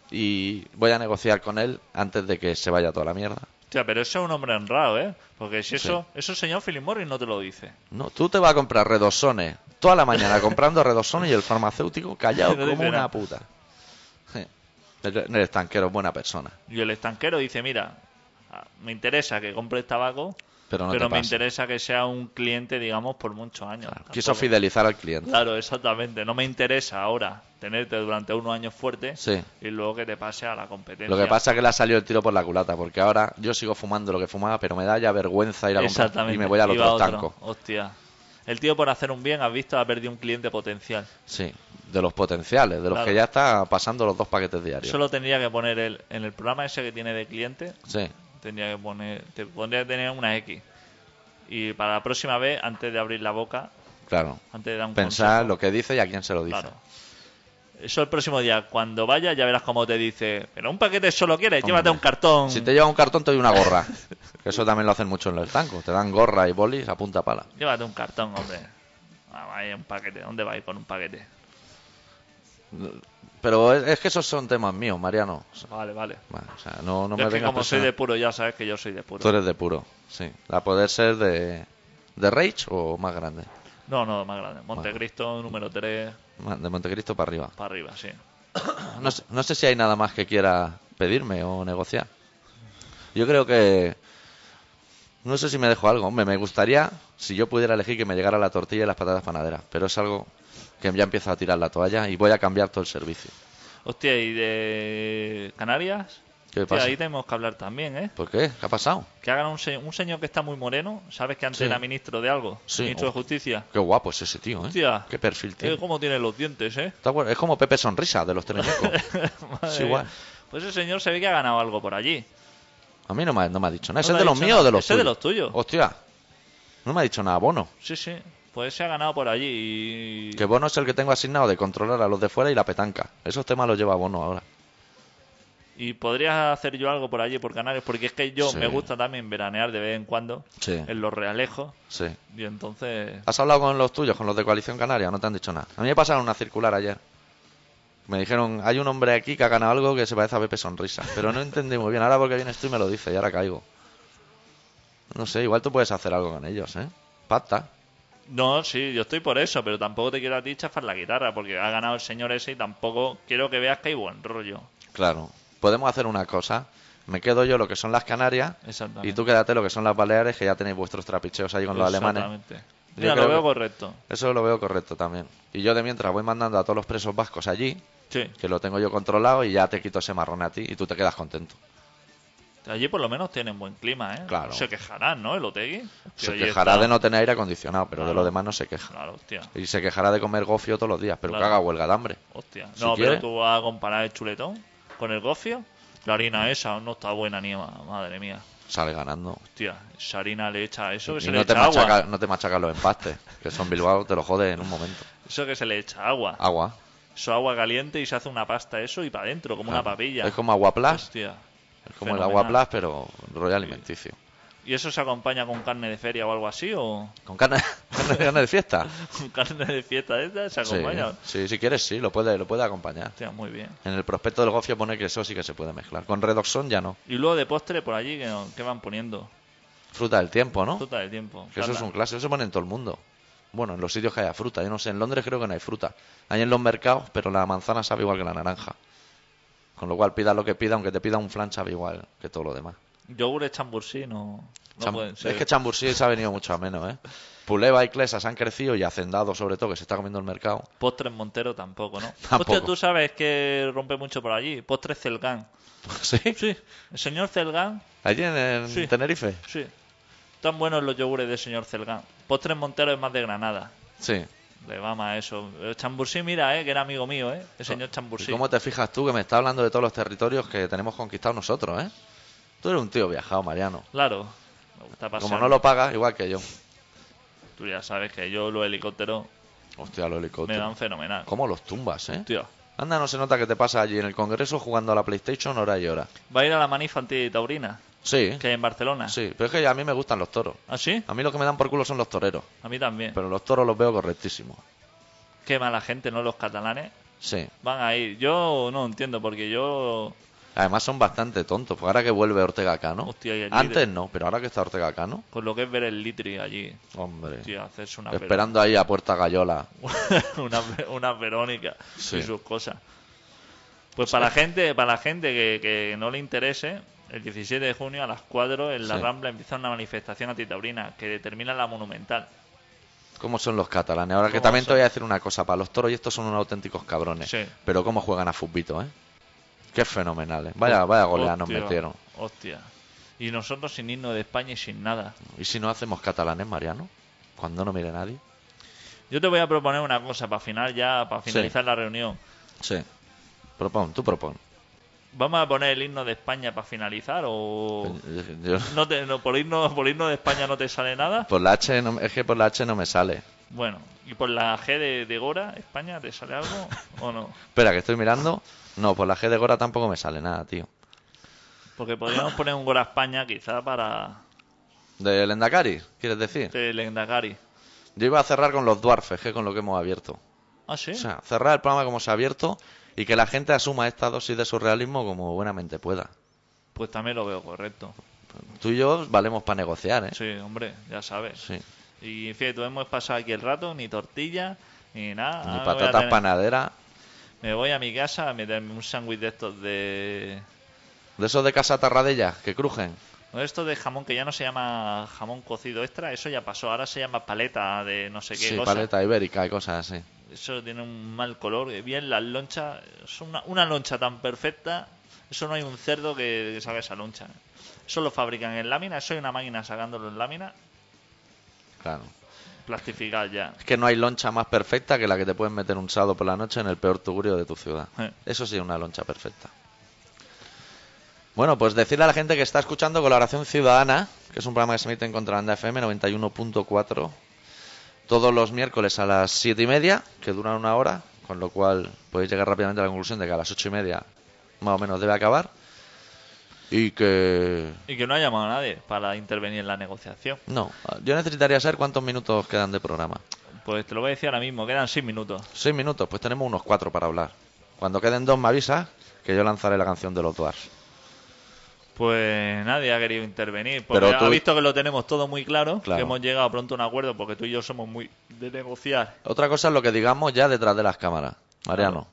Speaker 1: y voy a negociar con él antes de que se vaya toda la mierda.
Speaker 2: Hostia, pero eso es un hombre honrado, ¿eh? Porque si
Speaker 1: Sí.
Speaker 2: eso, eso el señor Philip Morris no te lo dice.
Speaker 1: No, tú te vas a comprar redosones toda la mañana comprando redosones y el farmacéutico callado
Speaker 2: No dice
Speaker 1: como una
Speaker 2: nada.
Speaker 1: puta. Sí. El, el estanquero es buena persona,
Speaker 2: Y el estanquero dice, mira, ah, me interesa que compres tabaco,
Speaker 1: pero no
Speaker 2: pero
Speaker 1: te
Speaker 2: me
Speaker 1: pases.
Speaker 2: interesa que sea un cliente, digamos, por muchos años.
Speaker 1: Claro,
Speaker 2: Tampoco-
Speaker 1: Quiso fidelizar al cliente.
Speaker 2: Claro, exactamente. No me interesa ahora tenerte durante unos años fuerte
Speaker 1: Sí.
Speaker 2: y luego que te pase a la competencia.
Speaker 1: Lo que pasa es que le ha salido el tiro por la culata, porque ahora yo sigo fumando lo que fumaba, pero me da ya vergüenza ir a comprar
Speaker 2: Exactamente.
Speaker 1: y me voy al
Speaker 2: Iba a
Speaker 1: otro estanco.
Speaker 2: Hostia. El tío por hacer un bien, has visto, ha perdido un cliente potencial.
Speaker 1: Sí, de los potenciales, de los
Speaker 2: Claro.
Speaker 1: que ya está pasando los dos paquetes diarios.
Speaker 2: Solo tendría que poner el, en el programa ese que tiene de cliente,
Speaker 1: Sí,
Speaker 2: tendría que poner, te pondría que tener una X. Y para la próxima vez, antes de abrir la boca,
Speaker 1: claro.
Speaker 2: antes de dar un
Speaker 1: Pensar
Speaker 2: consejo,
Speaker 1: lo que dice y a quién se lo dice.
Speaker 2: Claro. Eso el próximo día, cuando vaya, ya verás cómo te dice, pero un paquete solo quieres,
Speaker 1: Hombre,
Speaker 2: llévate un cartón.
Speaker 1: Si te lleva un cartón, te doy una gorra. que eso también lo hacen mucho en los estancos. Te dan gorra y bolis a punta pala.
Speaker 2: Llévate un cartón, hombre. Vamos, ahí un paquete. ¿Dónde vais con un paquete?
Speaker 1: Pero es, es que esos son temas míos, Mariano.
Speaker 2: Vale, vale.
Speaker 1: Bueno, o sea, no, no
Speaker 2: Yo
Speaker 1: me
Speaker 2: es que
Speaker 1: vengas
Speaker 2: como soy
Speaker 1: presionando.
Speaker 2: de puro, ya sabes que yo soy de puro.
Speaker 1: Tú eres de puro, sí. La poder ser de, de Rage o más grande.
Speaker 2: No, no, más grande. Montecristo, número 3,
Speaker 1: Más- De Montecristo para arriba.
Speaker 2: para arriba, sí.
Speaker 1: No, sé- no sé si hay nada más que quiera pedirme o negociar. Yo creo que. No sé si me dejo algo. Hombre, me gustaría, si yo pudiera elegir, que me llegara la tortilla y las patatas panaderas. Pero es algo que ya empiezo a tirar la toalla y voy a cambiar todo el servicio.
Speaker 2: Hostia, ¿y de Canarias?
Speaker 1: ¿Qué
Speaker 2: Hostia,
Speaker 1: pasa?
Speaker 2: ahí tenemos que hablar también, ¿eh?
Speaker 1: ¿Por qué? ¿Qué ha pasado?
Speaker 2: Que hagan un, se- un señor que está muy moreno, ¿sabes que antes
Speaker 1: Sí.
Speaker 2: era ministro de algo?
Speaker 1: Sí.
Speaker 2: Ministro de Justicia.
Speaker 1: Qué guapo es ese tío, ¿eh?
Speaker 2: Hostia.
Speaker 1: Qué perfil
Speaker 2: Eh,
Speaker 1: tiene.
Speaker 2: ¿Cómo tiene los dientes, eh?
Speaker 1: Está bueno, Es como Pepe Sonrisa de los Teleñecos.
Speaker 2: Madre
Speaker 1: Es
Speaker 2: mía.
Speaker 1: igual.
Speaker 2: Pues ese señor se ve que ha ganado algo por allí.
Speaker 1: A mí no me, ha- no me ha dicho nada.
Speaker 2: No
Speaker 1: ¿Ese
Speaker 2: te
Speaker 1: es de
Speaker 2: ha
Speaker 1: los
Speaker 2: dicho
Speaker 1: míos o de
Speaker 2: nada.
Speaker 1: los Oh.
Speaker 2: Ese es de los tuyos.
Speaker 1: Hostia. No me ha dicho nada, Bono.
Speaker 2: Sí, sí. Pues se ha ganado por allí. y-
Speaker 1: Que Bono es el que tengo asignado de controlar a los de fuera y la petanca. Esos temas los lleva Bono ahora.
Speaker 2: Y podría hacer yo algo por allí, por Canarias, porque es que yo
Speaker 1: Sí.
Speaker 2: me gusta también veranear de vez en cuando
Speaker 1: Sí.
Speaker 2: en los realejos.
Speaker 1: Sí.
Speaker 2: Y entonces.
Speaker 1: ¿Has hablado con los tuyos, con los de Coalición Canaria? No te han dicho nada. A mí me pasaron una circular ayer. Me dijeron, hay un hombre aquí que ha ganado algo que se parece a Pepe Sonrisa. Pero no entendí muy bien. Ahora porque vienes tú y me lo dices y ahora caigo. No sé, igual tú puedes hacer algo con ellos, ¿eh? Pacta.
Speaker 2: No, sí, yo estoy por eso, pero tampoco te quiero a ti chafar la guitarra, porque ha ganado el señor ese y tampoco quiero que veas que hay buen rollo.
Speaker 1: Claro. Podemos hacer una cosa. Me quedo yo lo que son las Canarias
Speaker 2: Exactamente.
Speaker 1: y tú quédate lo que son las Baleares, que ya tenéis vuestros trapicheos ahí con los alemanes.
Speaker 2: Exactamente.
Speaker 1: Yo
Speaker 2: Mira,
Speaker 1: creo
Speaker 2: lo veo
Speaker 1: que-
Speaker 2: correcto.
Speaker 1: Eso lo veo correcto también. Y yo de mientras voy mandando a todos los presos vascos allí,
Speaker 2: Sí.
Speaker 1: que lo tengo yo controlado, y ya te quito ese marrón a ti y tú te quedas contento.
Speaker 2: Allí por lo menos tienen buen clima, ¿eh?
Speaker 1: Claro.
Speaker 2: No se quejarán, ¿no? El Otegui.
Speaker 1: Se quejará de no tener aire acondicionado, pero de
Speaker 2: Claro.
Speaker 1: lo demás no se queja.
Speaker 2: Claro, hostia.
Speaker 1: Y se quejará de comer gofio todos los días, pero
Speaker 2: Claro.
Speaker 1: que haga huelga de hambre.
Speaker 2: Hostia.
Speaker 1: Si
Speaker 2: No,
Speaker 1: quiere.
Speaker 2: pero tú vas a comparar el chuletón con el gofio. La harina esa no está buena ni ma- madre mía.
Speaker 1: Sale ganando.
Speaker 2: Hostia, esa harina le echa eso que
Speaker 1: Y
Speaker 2: Pues se le
Speaker 1: no te,
Speaker 2: echa agua.
Speaker 1: machaca, no te machaca los empastes, que son Bilbao, te lo jode en un momento.
Speaker 2: Eso que se le echa agua.
Speaker 1: Agua.
Speaker 2: Eso agua caliente y se hace una pasta eso y para adentro, como una
Speaker 1: Claro.
Speaker 2: papilla.
Speaker 1: Es como aguaplas,
Speaker 2: Hostia.
Speaker 1: es como el
Speaker 2: fenomenal.
Speaker 1: aguaplas, pero rollo alimenticio.
Speaker 2: ¿Y eso se acompaña con carne de feria o algo así? ¿O
Speaker 1: Con carne, carne, carne de fiesta.
Speaker 2: con carne de fiesta de esta se
Speaker 1: Sí,
Speaker 2: acompaña?
Speaker 1: sí, si quieres, sí, lo puede, lo puede acompañar.
Speaker 2: Hostia, muy bien.
Speaker 1: En el prospecto del gofio pone que eso sí que se puede mezclar. Con redoxón ya no.
Speaker 2: Y luego de postre por allí, ¿qué, qué van poniendo?
Speaker 1: Fruta del tiempo, ¿no?
Speaker 2: Fruta del tiempo.
Speaker 1: Que eso es
Speaker 2: Carla.
Speaker 1: un clásico, eso pone en todo el mundo. Bueno, en los sitios que haya fruta. Yo no sé, en Londres creo que no hay fruta. Hay en los mercados, pero la manzana sabe igual que la naranja. Con lo cual, pida lo que pida, aunque te pida un flan, sabe igual que todo lo demás.
Speaker 2: Yogures chambursí no, no
Speaker 1: Cham-
Speaker 2: pueden
Speaker 1: Es
Speaker 2: ser.
Speaker 1: que Chambursí se ha venido mucho a menos, ¿eh? Puleva y Clesas han crecido y Hacendado, sobre todo, que se está comiendo el mercado.
Speaker 2: Postres Montero tampoco, ¿no?
Speaker 1: Tampoco.
Speaker 2: Hostia, tú sabes que rompe mucho por allí. Postres Celgán.
Speaker 1: ¿Sí?
Speaker 2: Sí, el señor Celgán,
Speaker 1: Allí en, en
Speaker 2: Sí.
Speaker 1: Tenerife.
Speaker 2: sí. Tan buenos los yogures del señor Celgán. Postres Montero es más de Granada.
Speaker 1: Sí.
Speaker 2: Le va más eso. El Chambursí, mira, eh, que era amigo mío, ¿eh? El señor Chambursí.
Speaker 1: Ah, ¿Y ¿Cómo te fijas tú que me está hablando de todos los territorios que tenemos conquistados nosotros, eh? Tú eres un tío viajado, Mariano.
Speaker 2: Claro. Me gusta pasar.
Speaker 1: Como no lo pagas, igual que yo.
Speaker 2: Tú ya sabes que yo los helicópteros
Speaker 1: Hostia, los
Speaker 2: me
Speaker 1: helicópteros.
Speaker 2: dan fenomenal.
Speaker 1: ¿Cómo los tumbas, eh?
Speaker 2: Hostia.
Speaker 1: Anda, no se nota que te pasa allí en el Congreso jugando a la PlayStation hora y hora.
Speaker 2: Va a ir a la manif antitaurina
Speaker 1: Sí,
Speaker 2: que hay en Barcelona.
Speaker 1: sí, pero es que a mí me gustan los toros.
Speaker 2: ¿Ah, sí?
Speaker 1: A mí lo que me dan por culo son los toreros,
Speaker 2: A mí también.
Speaker 1: pero los toros los veo correctísimos.
Speaker 2: Qué mala gente, ¿no? Los catalanes
Speaker 1: Sí.
Speaker 2: van a ir. Yo no entiendo, porque yo.
Speaker 1: Además son bastante tontos, porque ahora que vuelve Ortega Cano.
Speaker 2: Hostia, y el
Speaker 1: Antes
Speaker 2: líder.
Speaker 1: no, pero ahora que está Ortega Cano,
Speaker 2: Con lo que es ver el litri allí,
Speaker 1: hombre.
Speaker 2: tío, hacerse una
Speaker 1: Esperando ahí a puerta gallola.
Speaker 2: una, una Verónica
Speaker 1: Sí.
Speaker 2: y sus cosas. Pues para la gente, para la gente que, que no le interese, el 17 de junio a las 4 en la
Speaker 1: Sí.
Speaker 2: Rambla empieza una manifestación antitaurina que determina la monumental.
Speaker 1: ¿Cómo son los catalanes? Ahora que
Speaker 2: ¿Cómo
Speaker 1: también te
Speaker 2: son?
Speaker 1: voy a decir una cosa, para los toros y estos son unos auténticos cabrones.
Speaker 2: Sí.
Speaker 1: Pero cómo juegan a futbito, ¿eh? Qué fenomenales. Vaya, vaya golea nos
Speaker 2: Hostia,
Speaker 1: metieron.
Speaker 2: Hostia. Y nosotros sin himno de España y sin nada.
Speaker 1: ¿Y si no hacemos catalanes, Mariano? Cuando no mire nadie.
Speaker 2: Yo te voy a proponer una cosa para final ya, para finalizar la reunión.
Speaker 1: Sí. Propon, tú propon.
Speaker 2: ¿Vamos a poner el himno de España para finalizar o
Speaker 1: Yo-
Speaker 2: no te, no, por himno por himno de España no te sale nada?
Speaker 1: por la H no- es que por la H no me sale.
Speaker 2: Bueno, ¿y por la G de, de Gora, España, te sale algo o no?
Speaker 1: Espera, que estoy mirando. No, por la G de Gora tampoco me sale nada, tío.
Speaker 2: Porque podríamos poner un Gora España quizá para
Speaker 1: ¿Del Endacari, quieres decir?
Speaker 2: el Lendakari.
Speaker 1: Yo iba a cerrar con los Dwarfes, que es con lo que hemos abierto.
Speaker 2: Ah, sí.
Speaker 1: O sea, cerrar el programa como se ha abierto y que la gente asuma esta dosis de surrealismo como buenamente pueda.
Speaker 2: Pues también lo veo correcto.
Speaker 1: Tú y yo valemos para negociar, ¿eh?
Speaker 2: Sí, hombre, ya sabes.
Speaker 1: Sí.
Speaker 2: Y fíjate, tú hemos pasado aquí el rato, ni tortilla, ni nada.
Speaker 1: Ni
Speaker 2: Ahora me Ah, voy a
Speaker 1: patatas
Speaker 2: tener-
Speaker 1: panaderas.
Speaker 2: Me voy a mi casa a meterme un sándwich de estos de...
Speaker 1: De esos de casa tarradellas que crujen.
Speaker 2: no, de Estos de jamón que ya no se llama jamón cocido extra, eso ya pasó. Ahora se llama paleta de no sé qué
Speaker 1: Sí,
Speaker 2: cosa.
Speaker 1: paleta ibérica y cosas así.
Speaker 2: Eso tiene un mal color. que Bien, las lonchas. es una, una loncha tan perfecta. Eso no hay un cerdo que, que saque esa loncha. Eso lo fabrican en lámina. Eso hay una máquina sacándolo en lámina.
Speaker 1: Claro.
Speaker 2: Plastificada ya.
Speaker 1: Es que no hay loncha más perfecta que la que te pueden meter un sábado por la noche en el peor tugurio de tu ciudad.
Speaker 2: Eh.
Speaker 1: Eso sí, una loncha perfecta. Bueno, pues decirle a la gente que está escuchando Colaboración Ciudadana, que es un programa que se emite en Contrabanda FM 91.4, todos los miércoles a las 7 y media, que duran una hora, con lo cual podéis llegar rápidamente a la conclusión de que a las 8 y media más o menos debe acabar. Y que...
Speaker 2: Y que no ha llamado a nadie para intervenir en la negociación.
Speaker 1: No, yo necesitaría saber cuántos minutos quedan de programa.
Speaker 2: Pues te lo voy a decir ahora mismo. Quedan 6 minutos.
Speaker 1: Seis minutos, pues tenemos unos cuatro para hablar. Cuando queden dos me avisas que yo lanzaré la canción de los Dwarfs.
Speaker 2: Pues nadie ha querido intervenir. Porque
Speaker 1: Pero
Speaker 2: ha
Speaker 1: tú-
Speaker 2: visto que lo tenemos todo muy claro,
Speaker 1: Claro.
Speaker 2: Que hemos llegado pronto a un acuerdo porque tú y yo somos muy de negociar.
Speaker 1: Otra cosa es lo que digamos ya detrás de las cámaras, Mariano.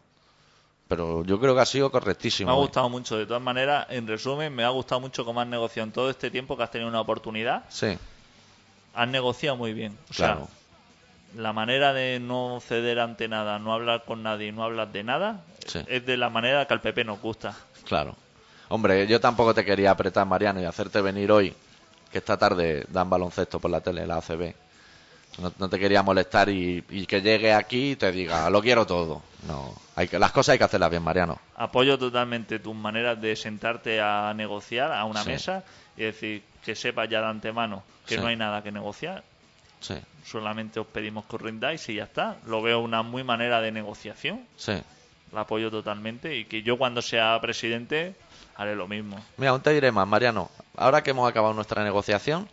Speaker 1: Pero yo creo que ha sido correctísimo.
Speaker 2: Me ha gustado mucho, de todas maneras, en resumen, me ha gustado mucho cómo has negociado en todo este tiempo que has tenido una oportunidad.
Speaker 1: Sí,
Speaker 2: Has negociado muy bien. O
Speaker 1: claro.
Speaker 2: sea, la manera de no ceder ante nada, no hablar con nadie, no hablar de nada,
Speaker 1: Sí.
Speaker 2: es de la manera que al PP nos gusta.
Speaker 1: Claro. Hombre, yo tampoco te quería apretar, Mariano, y hacerte venir hoy, que esta tarde dan baloncesto por la tele, la ACB. No, no te quería molestar y, y que llegue aquí y te diga, lo quiero todo. No, hay que, las cosas hay que hacerlas bien, Mariano.
Speaker 2: Apoyo totalmente tus maneras de sentarte a negociar a una
Speaker 1: Sí.
Speaker 2: mesa y decir que sepas ya de antemano que
Speaker 1: Sí.
Speaker 2: no hay nada que negociar.
Speaker 1: Sí,
Speaker 2: Solamente os pedimos que os rindáis y ya está. Lo veo una muy manera de negociación.
Speaker 1: sí.
Speaker 2: La apoyo totalmente y que yo cuando sea presidente haré lo mismo.
Speaker 1: Mira, aún te diré más, Mariano. Ahora que hemos acabado nuestra negociación,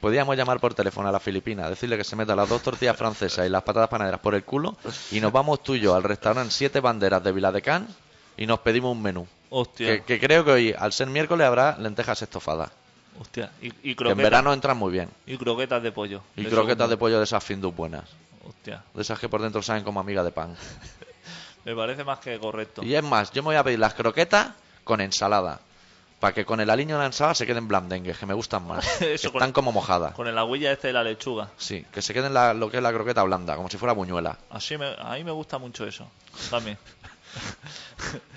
Speaker 1: podíamos llamar por teléfono a la Filipina, decirle que se meta las dos tortillas francesas y las patatas panaderas por el culo y nos vamos tú y yo al restaurante Siete Banderas de Viladecán y nos pedimos un menú.
Speaker 2: Hostia,
Speaker 1: Que, que creo que hoy, al ser miércoles, habrá lentejas estofadas.
Speaker 2: hostia. Y, y
Speaker 1: Que en
Speaker 2: croquetas,
Speaker 1: verano entran muy bien.
Speaker 2: y croquetas de pollo.
Speaker 1: Y
Speaker 2: De
Speaker 1: croquetas de
Speaker 2: segundo.
Speaker 1: pollo de esas findus buenas.
Speaker 2: Hostia,
Speaker 1: De esas que por dentro saben como amiga de pan.
Speaker 2: me parece más que correcto.
Speaker 1: Y es más, yo me voy a pedir las croquetas con ensalada. Para que con el aliño de la ensalada se queden blandengues, que me gustan más. que
Speaker 2: Eso con-
Speaker 1: están como mojadas.
Speaker 2: Con el agüilla este de la lechuga.
Speaker 1: Sí, que se queden la- lo que es la croqueta blanda, como si fuera buñuela.
Speaker 2: Así me, a mí me gusta mucho eso. También.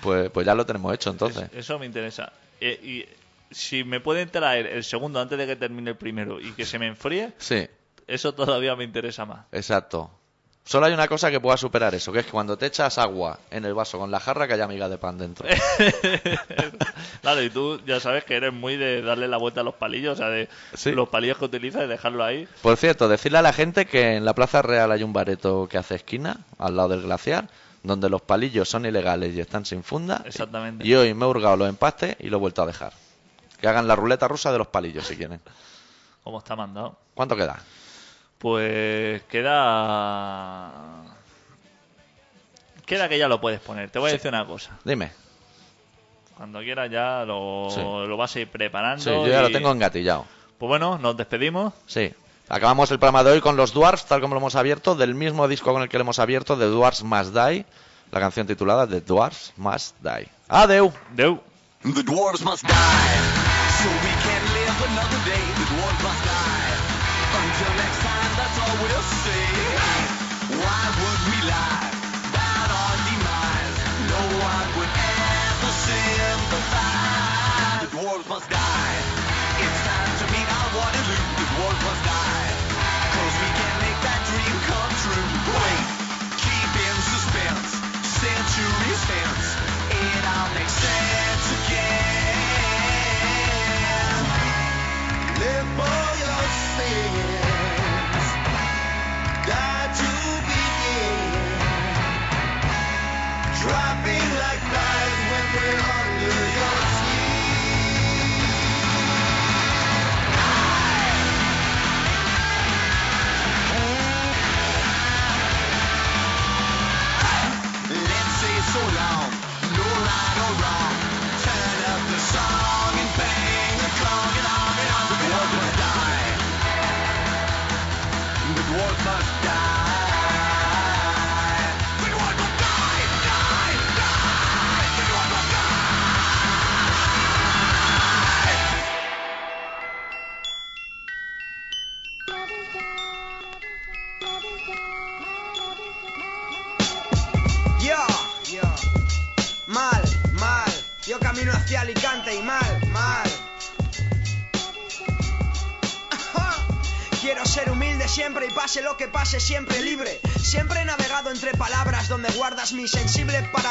Speaker 1: Pues, pues ya lo tenemos hecho entonces.
Speaker 2: Es- eso me interesa. Eh, y si me pueden traer el segundo antes de que termine el primero y que se me enfríe,
Speaker 1: Sí,
Speaker 2: eso todavía me interesa más.
Speaker 1: exacto. Solo hay una cosa que pueda superar eso, que es que cuando te echas agua en el vaso con la jarra que haya miga de pan dentro.
Speaker 2: Claro, y tú ya sabes que eres muy de darle la vuelta a los palillos, o sea, de
Speaker 1: Sí.
Speaker 2: los palillos que utilizas y dejarlo ahí.
Speaker 1: Por cierto, decirle a la gente que en la Plaza Real hay un bareto que hace esquina, al lado del glaciar, donde los palillos son ilegales y están sin funda.
Speaker 2: Exactamente.
Speaker 1: Y hoy me he hurgado los empastes y lo he vuelto a dejar. Que hagan la ruleta rusa de los palillos si quieren.
Speaker 2: Como está mandado.
Speaker 1: ¿Cuánto queda?
Speaker 2: Pues queda. Queda que ya lo puedes poner. Te voy a decir una cosa.
Speaker 1: Dime.
Speaker 2: Cuando quieras ya lo,
Speaker 1: Sí.
Speaker 2: lo vas a ir preparando.
Speaker 1: Sí, yo ya lo
Speaker 2: y-
Speaker 1: tengo engatillado.
Speaker 2: Pues bueno, nos despedimos.
Speaker 1: Sí. Acabamos el programa de hoy con los Dwarfs, tal como lo hemos abierto, del mismo disco con el que lo hemos abierto, de Dwarfs Must Die, la canción titulada The Dwarfs Must Die. ¡Adeu!
Speaker 2: Deu.
Speaker 3: The dwarves must die, so we can live another day. The dwarves must die. Until next time, that's all we'll say. Why would we lie about our demise? No one would ever sympathize. The dwarves must die. It's time to meet our Waterloo. The dwarves must die, 'cause we can make that dream come true. Wait, keep in suspense. Centuries hence, it all makes sense again. Live for your sins. Die to begin. Dropping like flies when we're under your Let's say so long, no right or wrong. Turn up the song and bang the gong and on and on. The dwarf must die. The dwarf must die. The dwarf must die, die, die. The dwarf must die.
Speaker 4: Yo, yo, mal, mal. Yo camino hacia Alicante y mal, mal. Ajá. Quiero ser humilde siempre y pase lo que pase, siempre libre. Siempre he navegado entre palabras donde guardas mi sensible para.